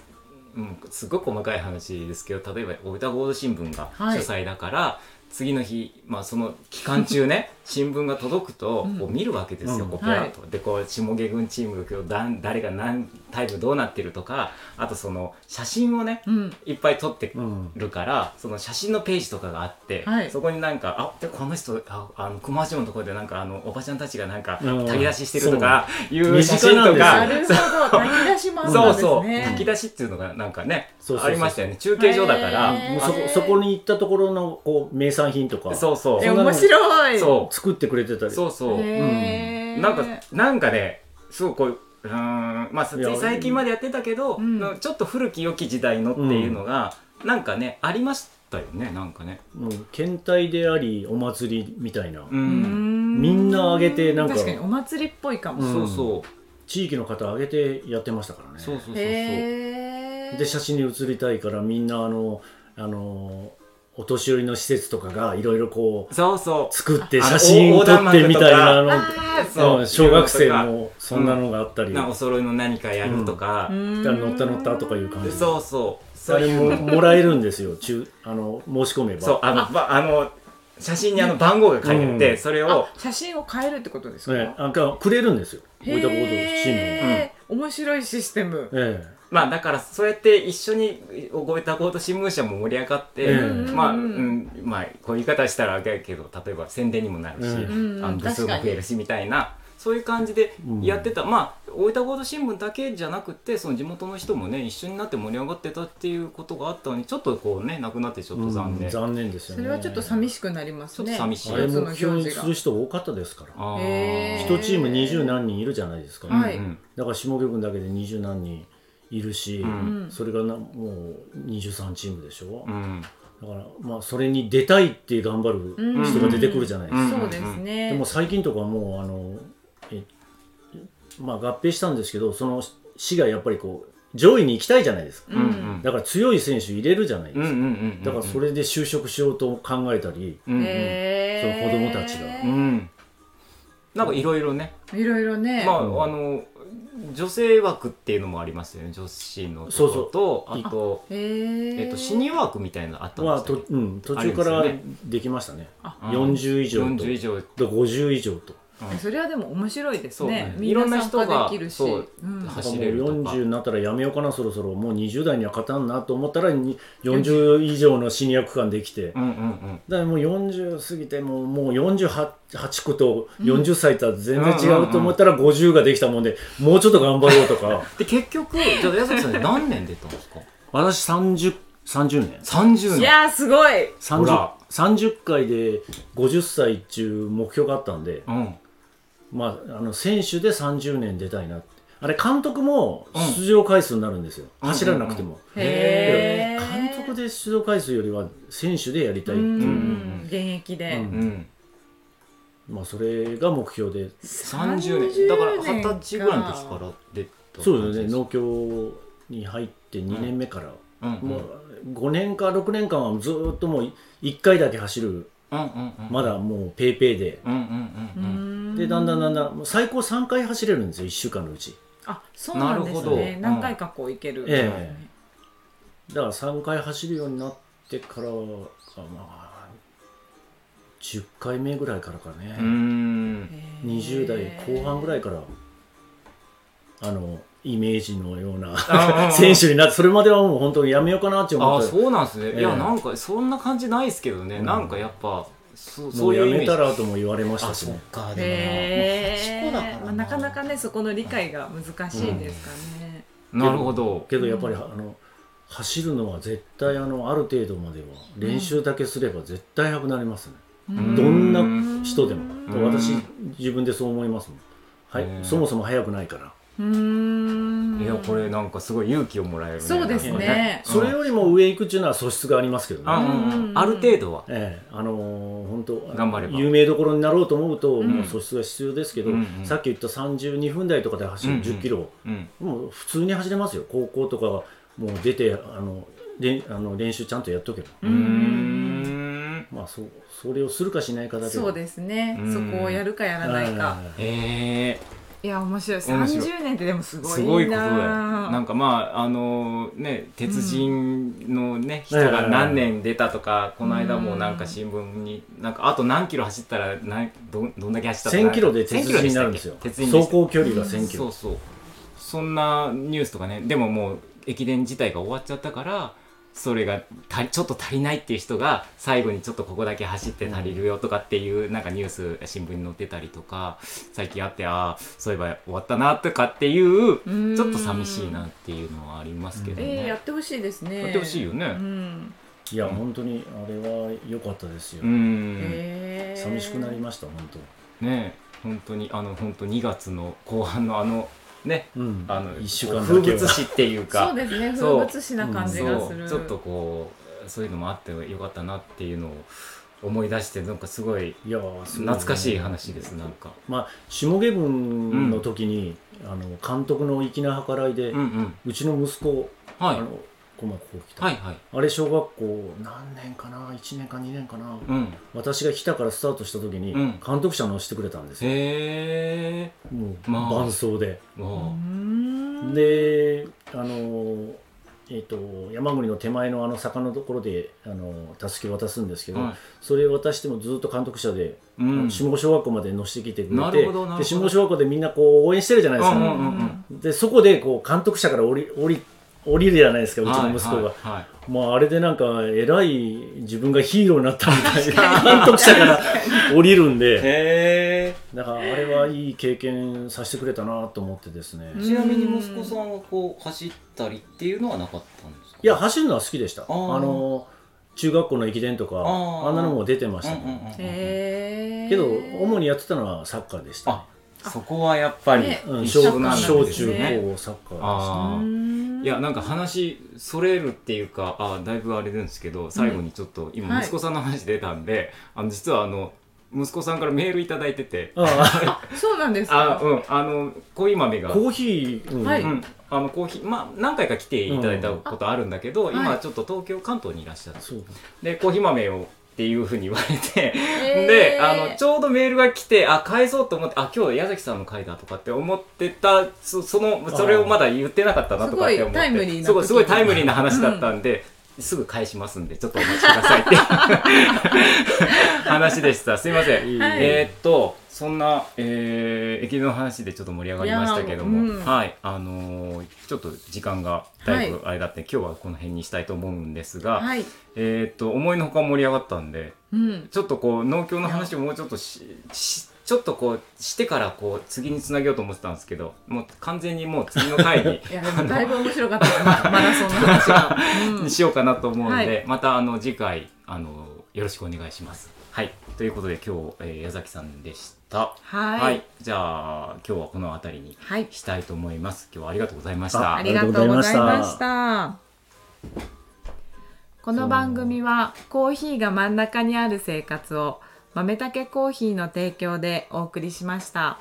Speaker 1: うん、すごく細かい話ですけど例えば大分合同新聞が主
Speaker 2: はい
Speaker 1: 催だから、次の日、まあ、その期間中ね新聞が届くと
Speaker 2: うん
Speaker 1: こう見るわけですよ、
Speaker 3: うん
Speaker 1: こうペラッと。でこう下毛軍チームが今日だん誰が何タイムどうなってるとかあとその写真をね
Speaker 2: うん
Speaker 1: いっぱい撮って
Speaker 3: うん
Speaker 1: るからその写真のページとかがあって、
Speaker 2: はい
Speaker 1: そこになんかあでこの人ああの熊橋のところでなんかあのおばちゃんたちがなんか
Speaker 3: うん
Speaker 1: 炊き出ししてるとかい
Speaker 3: そう
Speaker 1: う
Speaker 3: 身
Speaker 1: 写
Speaker 3: 近
Speaker 1: 真
Speaker 3: なん
Speaker 1: と
Speaker 3: ですよ
Speaker 1: か
Speaker 2: なるほど炊き出しもあったん
Speaker 1: そう
Speaker 2: ですね。
Speaker 1: そう炊き出しっていうのがなんかね
Speaker 3: そうそうそうそう
Speaker 1: ありましたよね中継所だから
Speaker 2: へー
Speaker 3: もうそこそこに行ったところのこう名産品とか
Speaker 1: そうそう
Speaker 2: え
Speaker 1: そ
Speaker 3: んなの
Speaker 2: 面白い。
Speaker 1: そう
Speaker 3: 作ってくれてたり
Speaker 1: そうそう、
Speaker 2: へー
Speaker 1: なんかなんかねすごくこううーんまあつい
Speaker 3: いや
Speaker 1: 最近までやってたけど、
Speaker 2: うん
Speaker 1: のちょっと古き良き時代のっていうのが、なんかねありましたよねなんかね。
Speaker 3: もう県体でありお祭りみたいな、
Speaker 1: う、
Speaker 2: うんん
Speaker 3: みんなあげてなんか
Speaker 2: 確かにお祭りっぽいかも。
Speaker 3: うん
Speaker 1: そうそう
Speaker 3: 地域の方挙げてやってましたからね
Speaker 1: そうそうそうそう。
Speaker 2: へー
Speaker 3: で写真に写りたいからみんなあのあのお年寄りの施設とかがいろいろこう
Speaker 1: そうそう
Speaker 3: 作って写真を撮ってみたいなの
Speaker 2: あ
Speaker 3: うん小学生もそんなのがあったり、
Speaker 1: なんかお揃いの何かやるとか、
Speaker 2: ーうん
Speaker 3: 乗った乗ったとかいう感じ
Speaker 1: そうそうそ
Speaker 3: そう
Speaker 1: い
Speaker 3: れ
Speaker 1: う
Speaker 3: ももらえるんですよ中あの申し込めば
Speaker 1: そうあのばあの写真にあの番号が書いてあって、
Speaker 3: うん
Speaker 1: それを
Speaker 2: あ写真を変えるってことですか、
Speaker 3: ね、なんかくれるんですよ
Speaker 2: へ
Speaker 3: 置いたことをチームに。
Speaker 2: え、面白いシステム、
Speaker 3: え
Speaker 1: まあだからそうやって一緒に覚えたこと新聞社も盛り上がって、
Speaker 3: え
Speaker 2: え
Speaker 1: まあ、う
Speaker 2: うん
Speaker 1: ん、まあこういう言い方したらあれやけど例えば宣伝にもなるし、
Speaker 3: うん
Speaker 2: うん
Speaker 1: あの部数が増えるしみたいなそういう感じで
Speaker 3: うん
Speaker 1: やってた、まあ大分合同新聞だけじゃなくてその地元の人もね一緒になって盛り上がってたっていうことがあったのにちょっとこうねなくなってちょ
Speaker 3: え
Speaker 1: っと残念、
Speaker 3: うん残念ですよ
Speaker 2: そ
Speaker 3: ね
Speaker 2: れはちょっと寂しくなります
Speaker 1: ち
Speaker 2: ね
Speaker 1: ょっと寂しい
Speaker 3: あれ
Speaker 2: 一つ
Speaker 3: 目
Speaker 2: の行
Speaker 3: 標に
Speaker 2: 事
Speaker 3: する
Speaker 2: が
Speaker 3: 人多かったですから
Speaker 1: あ
Speaker 2: へ
Speaker 1: ー
Speaker 3: 一チーム二十何人いるじゃないですか、
Speaker 1: うんうん
Speaker 2: はい
Speaker 3: だから下京君だけで二十何人いるし、
Speaker 1: うん
Speaker 3: それがなもう23チームでしょ
Speaker 1: う、ん
Speaker 3: だからまあそれに出たいって頑張る人が出てくるじゃないですか、
Speaker 1: うん
Speaker 2: そうですね
Speaker 3: でも最近とかもうあのえまあ合併したんですけどその市がやっぱりこう上位に行きたいじゃないですか、
Speaker 1: うんうん
Speaker 3: だから強い選手入れるじゃないで
Speaker 1: うん
Speaker 3: す
Speaker 1: う
Speaker 3: か、
Speaker 1: んうんうん
Speaker 3: だからそれで就職しようと考えたり、
Speaker 1: うんうん
Speaker 2: へ
Speaker 3: その子供たちが
Speaker 1: うんなんかいろいろね、
Speaker 2: いろいろね、
Speaker 1: まああの女性枠っていうのもありますよね女子のとこと
Speaker 3: そうそう
Speaker 1: あと
Speaker 2: へ
Speaker 1: え
Speaker 2: え
Speaker 1: っと、シニア枠みたいなのあったんで
Speaker 3: は
Speaker 1: すけ
Speaker 3: と
Speaker 1: ど、
Speaker 3: うん、途中から
Speaker 1: あります
Speaker 3: できましたね
Speaker 1: うん
Speaker 3: 40以上と
Speaker 1: 40以上
Speaker 3: で50以上と
Speaker 2: それはでも面白いですね
Speaker 1: そう
Speaker 2: みんな
Speaker 1: ろ
Speaker 2: い
Speaker 1: んな
Speaker 2: 参
Speaker 1: 人
Speaker 2: 加
Speaker 1: が
Speaker 2: できるし
Speaker 1: そう
Speaker 2: うん
Speaker 1: は
Speaker 3: だから
Speaker 1: 走
Speaker 3: もう
Speaker 1: れるとか
Speaker 3: 40になったらやめようかなそろそろもう20代には勝たんなと思ったらに40以上のシニア区間できて、
Speaker 1: うんうんうん
Speaker 3: だからもう40過ぎてもうもう48区と40歳とは全然違うと思ったら50ができたもんでもうちょっと頑張ろうと か
Speaker 1: で結局じゃあ矢崎さん何年出たんですか
Speaker 3: 私3030年
Speaker 1: 30
Speaker 2: い
Speaker 1: 年
Speaker 2: やーすごい
Speaker 1: ほら
Speaker 3: 30, 30回で50歳っていう目標があったんで、
Speaker 1: うん
Speaker 3: まあ、あの選手で30年出たいなってあれ監督も出場回数になるんですよ、
Speaker 1: うん
Speaker 3: 走らなくても、
Speaker 2: へー
Speaker 3: 監督で出場回数よりは選手でやりたいって
Speaker 2: う
Speaker 3: い
Speaker 2: ん
Speaker 3: う、
Speaker 1: ん
Speaker 2: 現役で、
Speaker 3: うん
Speaker 1: うん
Speaker 3: まあ、それが目標で
Speaker 1: 30年だから二十歳ぐらいの時からら出た
Speaker 3: そうですね農協に入って2年目から、
Speaker 1: うんうん
Speaker 3: もう5年か6年間はずーっともう1回だけ走る
Speaker 1: うんうんうん
Speaker 3: まだもうペーペーで、
Speaker 1: うんうんうんうん
Speaker 3: でだんだんだんだんもう最高3回走れるんですよ1週間のうち
Speaker 2: あそうなんで
Speaker 1: な
Speaker 2: す
Speaker 1: るほど
Speaker 2: ね何回かこういける、
Speaker 3: えだから3回走るようになってからはまあ10回目ぐらいからかね、
Speaker 1: うーん
Speaker 2: へー
Speaker 3: 20代後半ぐらいからあのイメージのような
Speaker 1: あー
Speaker 3: 選手になってそれまではもう本当にやめようかなって思
Speaker 1: あ
Speaker 3: っ
Speaker 1: あ
Speaker 3: て
Speaker 1: そうなんですね、い
Speaker 3: え
Speaker 1: や
Speaker 3: え
Speaker 1: なんかそんな感じないですけどね、
Speaker 3: うん
Speaker 1: なんかやっぱそ
Speaker 3: も
Speaker 1: そう
Speaker 3: う
Speaker 1: いう
Speaker 3: や
Speaker 1: イメ
Speaker 3: めた
Speaker 1: ージ
Speaker 3: らとも言われました
Speaker 1: あ
Speaker 3: し
Speaker 1: そっ
Speaker 3: ね
Speaker 1: か
Speaker 2: へ
Speaker 1: で
Speaker 2: え
Speaker 1: もな、まあ、端っこだから
Speaker 2: まあ、なかなかねそこの理解が難しいですかね、
Speaker 1: なるほど
Speaker 3: けどやっぱりあの走るのは絶対あのある程度までは練習だけすれば絶対速くなりますね、
Speaker 2: う
Speaker 1: うん
Speaker 3: どんな
Speaker 1: うん
Speaker 3: 人でも
Speaker 1: ん
Speaker 3: 私自分でそう思いますもん、は
Speaker 1: うん
Speaker 3: い、そもそも速くないから
Speaker 2: うーん
Speaker 1: いやこれなんかすごい勇気をもらえるね
Speaker 2: そうですね
Speaker 1: そ
Speaker 3: そ
Speaker 1: れ
Speaker 3: れ
Speaker 1: を
Speaker 3: よりも上行くっていうのは素質がありますけど
Speaker 1: あ,、
Speaker 3: ね、
Speaker 1: うんうん
Speaker 2: うん
Speaker 1: ある程度は
Speaker 3: ええあのー本当
Speaker 1: 頑張れば
Speaker 3: 有名どころになろうと思うと
Speaker 2: ん
Speaker 3: もう素質が必要ですけど、
Speaker 1: うんうん
Speaker 3: さっき言った32分台とかで走
Speaker 1: うんう
Speaker 3: る
Speaker 1: ん
Speaker 3: 10キロ、
Speaker 1: うん
Speaker 3: もう普通に走れますよ高校とかはもう出てあのれあの練習ちゃんとやっとけば、
Speaker 1: うーん
Speaker 3: まあそうそれをするかしないかだけ
Speaker 2: そうですね、
Speaker 1: うん
Speaker 2: そこをやるかやらないか、
Speaker 1: ええ
Speaker 2: いや面白い
Speaker 1: 面白い
Speaker 2: 30年ってでもすごいな
Speaker 1: すごいことだよなんかまああのね鉄人のね、人が何年出たとか、この間もなんか新聞になんかあと何キロ走ったらなんどどんだけ走ったか
Speaker 3: 1000キロで鉄人になるんですよ
Speaker 1: 鉄人で
Speaker 3: 走
Speaker 1: した
Speaker 3: 行距離が1000キ
Speaker 1: そ
Speaker 3: ロ
Speaker 1: うそうそんなニュースとかねでももう駅伝自体が終わっちゃったからそれがたちょっと足りないっていう人が最後にちょっとここだけ走って足りるよとかっていうなんかニュース新聞に載ってたりとか最近あってああそういえば終わったなとかっていう
Speaker 2: うん
Speaker 1: ちょっと寂しいなっていうのはありますけど
Speaker 2: えー、
Speaker 1: ね
Speaker 2: やっ、てほしいですね
Speaker 1: やってほしいよ
Speaker 2: う
Speaker 1: ね
Speaker 2: ん
Speaker 3: いや本当にあれは良かったですよ、
Speaker 1: うん、
Speaker 2: へー
Speaker 3: 寂しくなりました本
Speaker 1: ね本当にあの本当2月の後半のあのね
Speaker 3: 当、うん、
Speaker 1: あの
Speaker 3: 1週間だけ
Speaker 1: 風
Speaker 3: は
Speaker 1: 物詩っていうか
Speaker 2: そうですね
Speaker 1: そう
Speaker 2: 風物詩な感じがする、
Speaker 1: そうちょっとこうそういうのもあってよかったなっていうのを思い出してなんかすごい
Speaker 3: いやーすごいね
Speaker 1: 懐かしい話ですなんか
Speaker 3: まあ下下軍の時に、あの監督の粋な計らいで、
Speaker 1: う
Speaker 3: うん
Speaker 1: うん
Speaker 3: ちの息子、
Speaker 1: はい
Speaker 3: あの駒子来た、
Speaker 1: はいはい
Speaker 3: あれ小学校何年かな1年か2年かな、
Speaker 1: うん
Speaker 3: 私が来たからスタートした時に、
Speaker 1: うん
Speaker 3: 監督者のしてくれたんですよ
Speaker 1: へえ
Speaker 3: もう
Speaker 1: まあ
Speaker 3: 伴奏で、
Speaker 2: うーん
Speaker 3: であのーえっと山栗の手前のあの坂のところであのたすきを渡すんですけど、
Speaker 1: はい
Speaker 3: それ渡してもずっと監督者で、
Speaker 1: うん
Speaker 3: 下小学校まで乗せてきてく
Speaker 1: な
Speaker 3: れ
Speaker 1: る
Speaker 3: て
Speaker 1: ほどなるほど
Speaker 3: で下小学校でみんなこう応援してるじゃないですか、
Speaker 1: うんうん
Speaker 3: でそこでこう監督車から降り降り降りるじゃないですかうちの息子が、
Speaker 1: はいはい
Speaker 3: まあ、あれでなんか偉い自分がヒーローになったみたい な監督者から降りるんで
Speaker 1: へ
Speaker 3: だからあれはいい経験させてくれたなと思ってですね、
Speaker 2: うん
Speaker 3: い
Speaker 1: ちなみに息子さんはこう走ったりっていうのはなかったんですか
Speaker 3: や走るのは好きでしたあ
Speaker 1: ー
Speaker 3: の中学校の駅伝とか
Speaker 1: あー
Speaker 3: あんなのも出てまし
Speaker 1: うん
Speaker 3: た
Speaker 1: う
Speaker 3: けど、
Speaker 1: んうん
Speaker 2: へえ
Speaker 3: けど主にやってたのはサッカーでしたね、
Speaker 1: あそこはやっぱり、
Speaker 2: ね
Speaker 3: うん、
Speaker 1: 一
Speaker 3: 小
Speaker 1: 緒
Speaker 3: 小
Speaker 1: なんですね
Speaker 3: 中高サッカーでした
Speaker 1: あー
Speaker 2: い
Speaker 1: いやなんか話それるっていうかあだいぶあれなんですけど最後にちょっと今
Speaker 2: はい
Speaker 1: 息子さんの話出たんで、あの実はあの息子さんからメールいただいてて
Speaker 3: あ
Speaker 2: そうなんです
Speaker 1: あ
Speaker 2: か
Speaker 1: うんあのコーヒー豆
Speaker 3: あ
Speaker 1: が
Speaker 3: コーヒー、うん
Speaker 2: は
Speaker 1: う
Speaker 2: い
Speaker 1: ん、あのコーヒーまあ何回か来ていただいたことあるんだけど、
Speaker 2: うんあは
Speaker 1: 今
Speaker 2: い
Speaker 1: ちょっと東京関東にいらっしゃる
Speaker 3: そう
Speaker 1: でコーヒー豆をっていうふうに言われて
Speaker 2: へー
Speaker 1: であのちょうどメールが来てあ返そうと思ってあ今日矢崎さんの回だとかって思ってたそそのそれをまだ言ってなかったなとかって思って
Speaker 2: すごいタイムリーな
Speaker 1: すごいすごいタイムリーな話だったんで、すぐ返しますんでちょっとお待ちくださ いって話でしたすいません、
Speaker 3: いい
Speaker 2: はい
Speaker 1: えーっとそんな、えー、駅伝の話でちょっと盛り上がりましたけども、
Speaker 2: いやーうん
Speaker 1: はいあのーちょっと時間がだいぶあれだって、今日はこの辺にしたいと思うんですが、
Speaker 2: はい
Speaker 1: えーっと思いのほか盛り上がったんで
Speaker 2: うん
Speaker 1: ちょっとこう農協の話をもうちょっとししちょっとこうしてからこう次につなげようと思ってたんですけどもう完全にもう次の回に
Speaker 2: いやでもだいぶ面白かったですママラソンの話が、うん
Speaker 1: しようかなと思うので、
Speaker 2: はい
Speaker 1: またあの次回あのよろしくお願いします。はい、ということで今日、えー矢崎さんでした。
Speaker 2: はい、
Speaker 1: はい、じゃあ今日はこの辺りに
Speaker 2: はい
Speaker 1: したいと思います。今日はありがとうございまし
Speaker 3: あ
Speaker 1: た
Speaker 2: あ。りがとうございました
Speaker 3: ありがとうございまし
Speaker 2: この番組はコーヒーが真ん中にある生活を豆たけコーヒーの提供でお送りしました。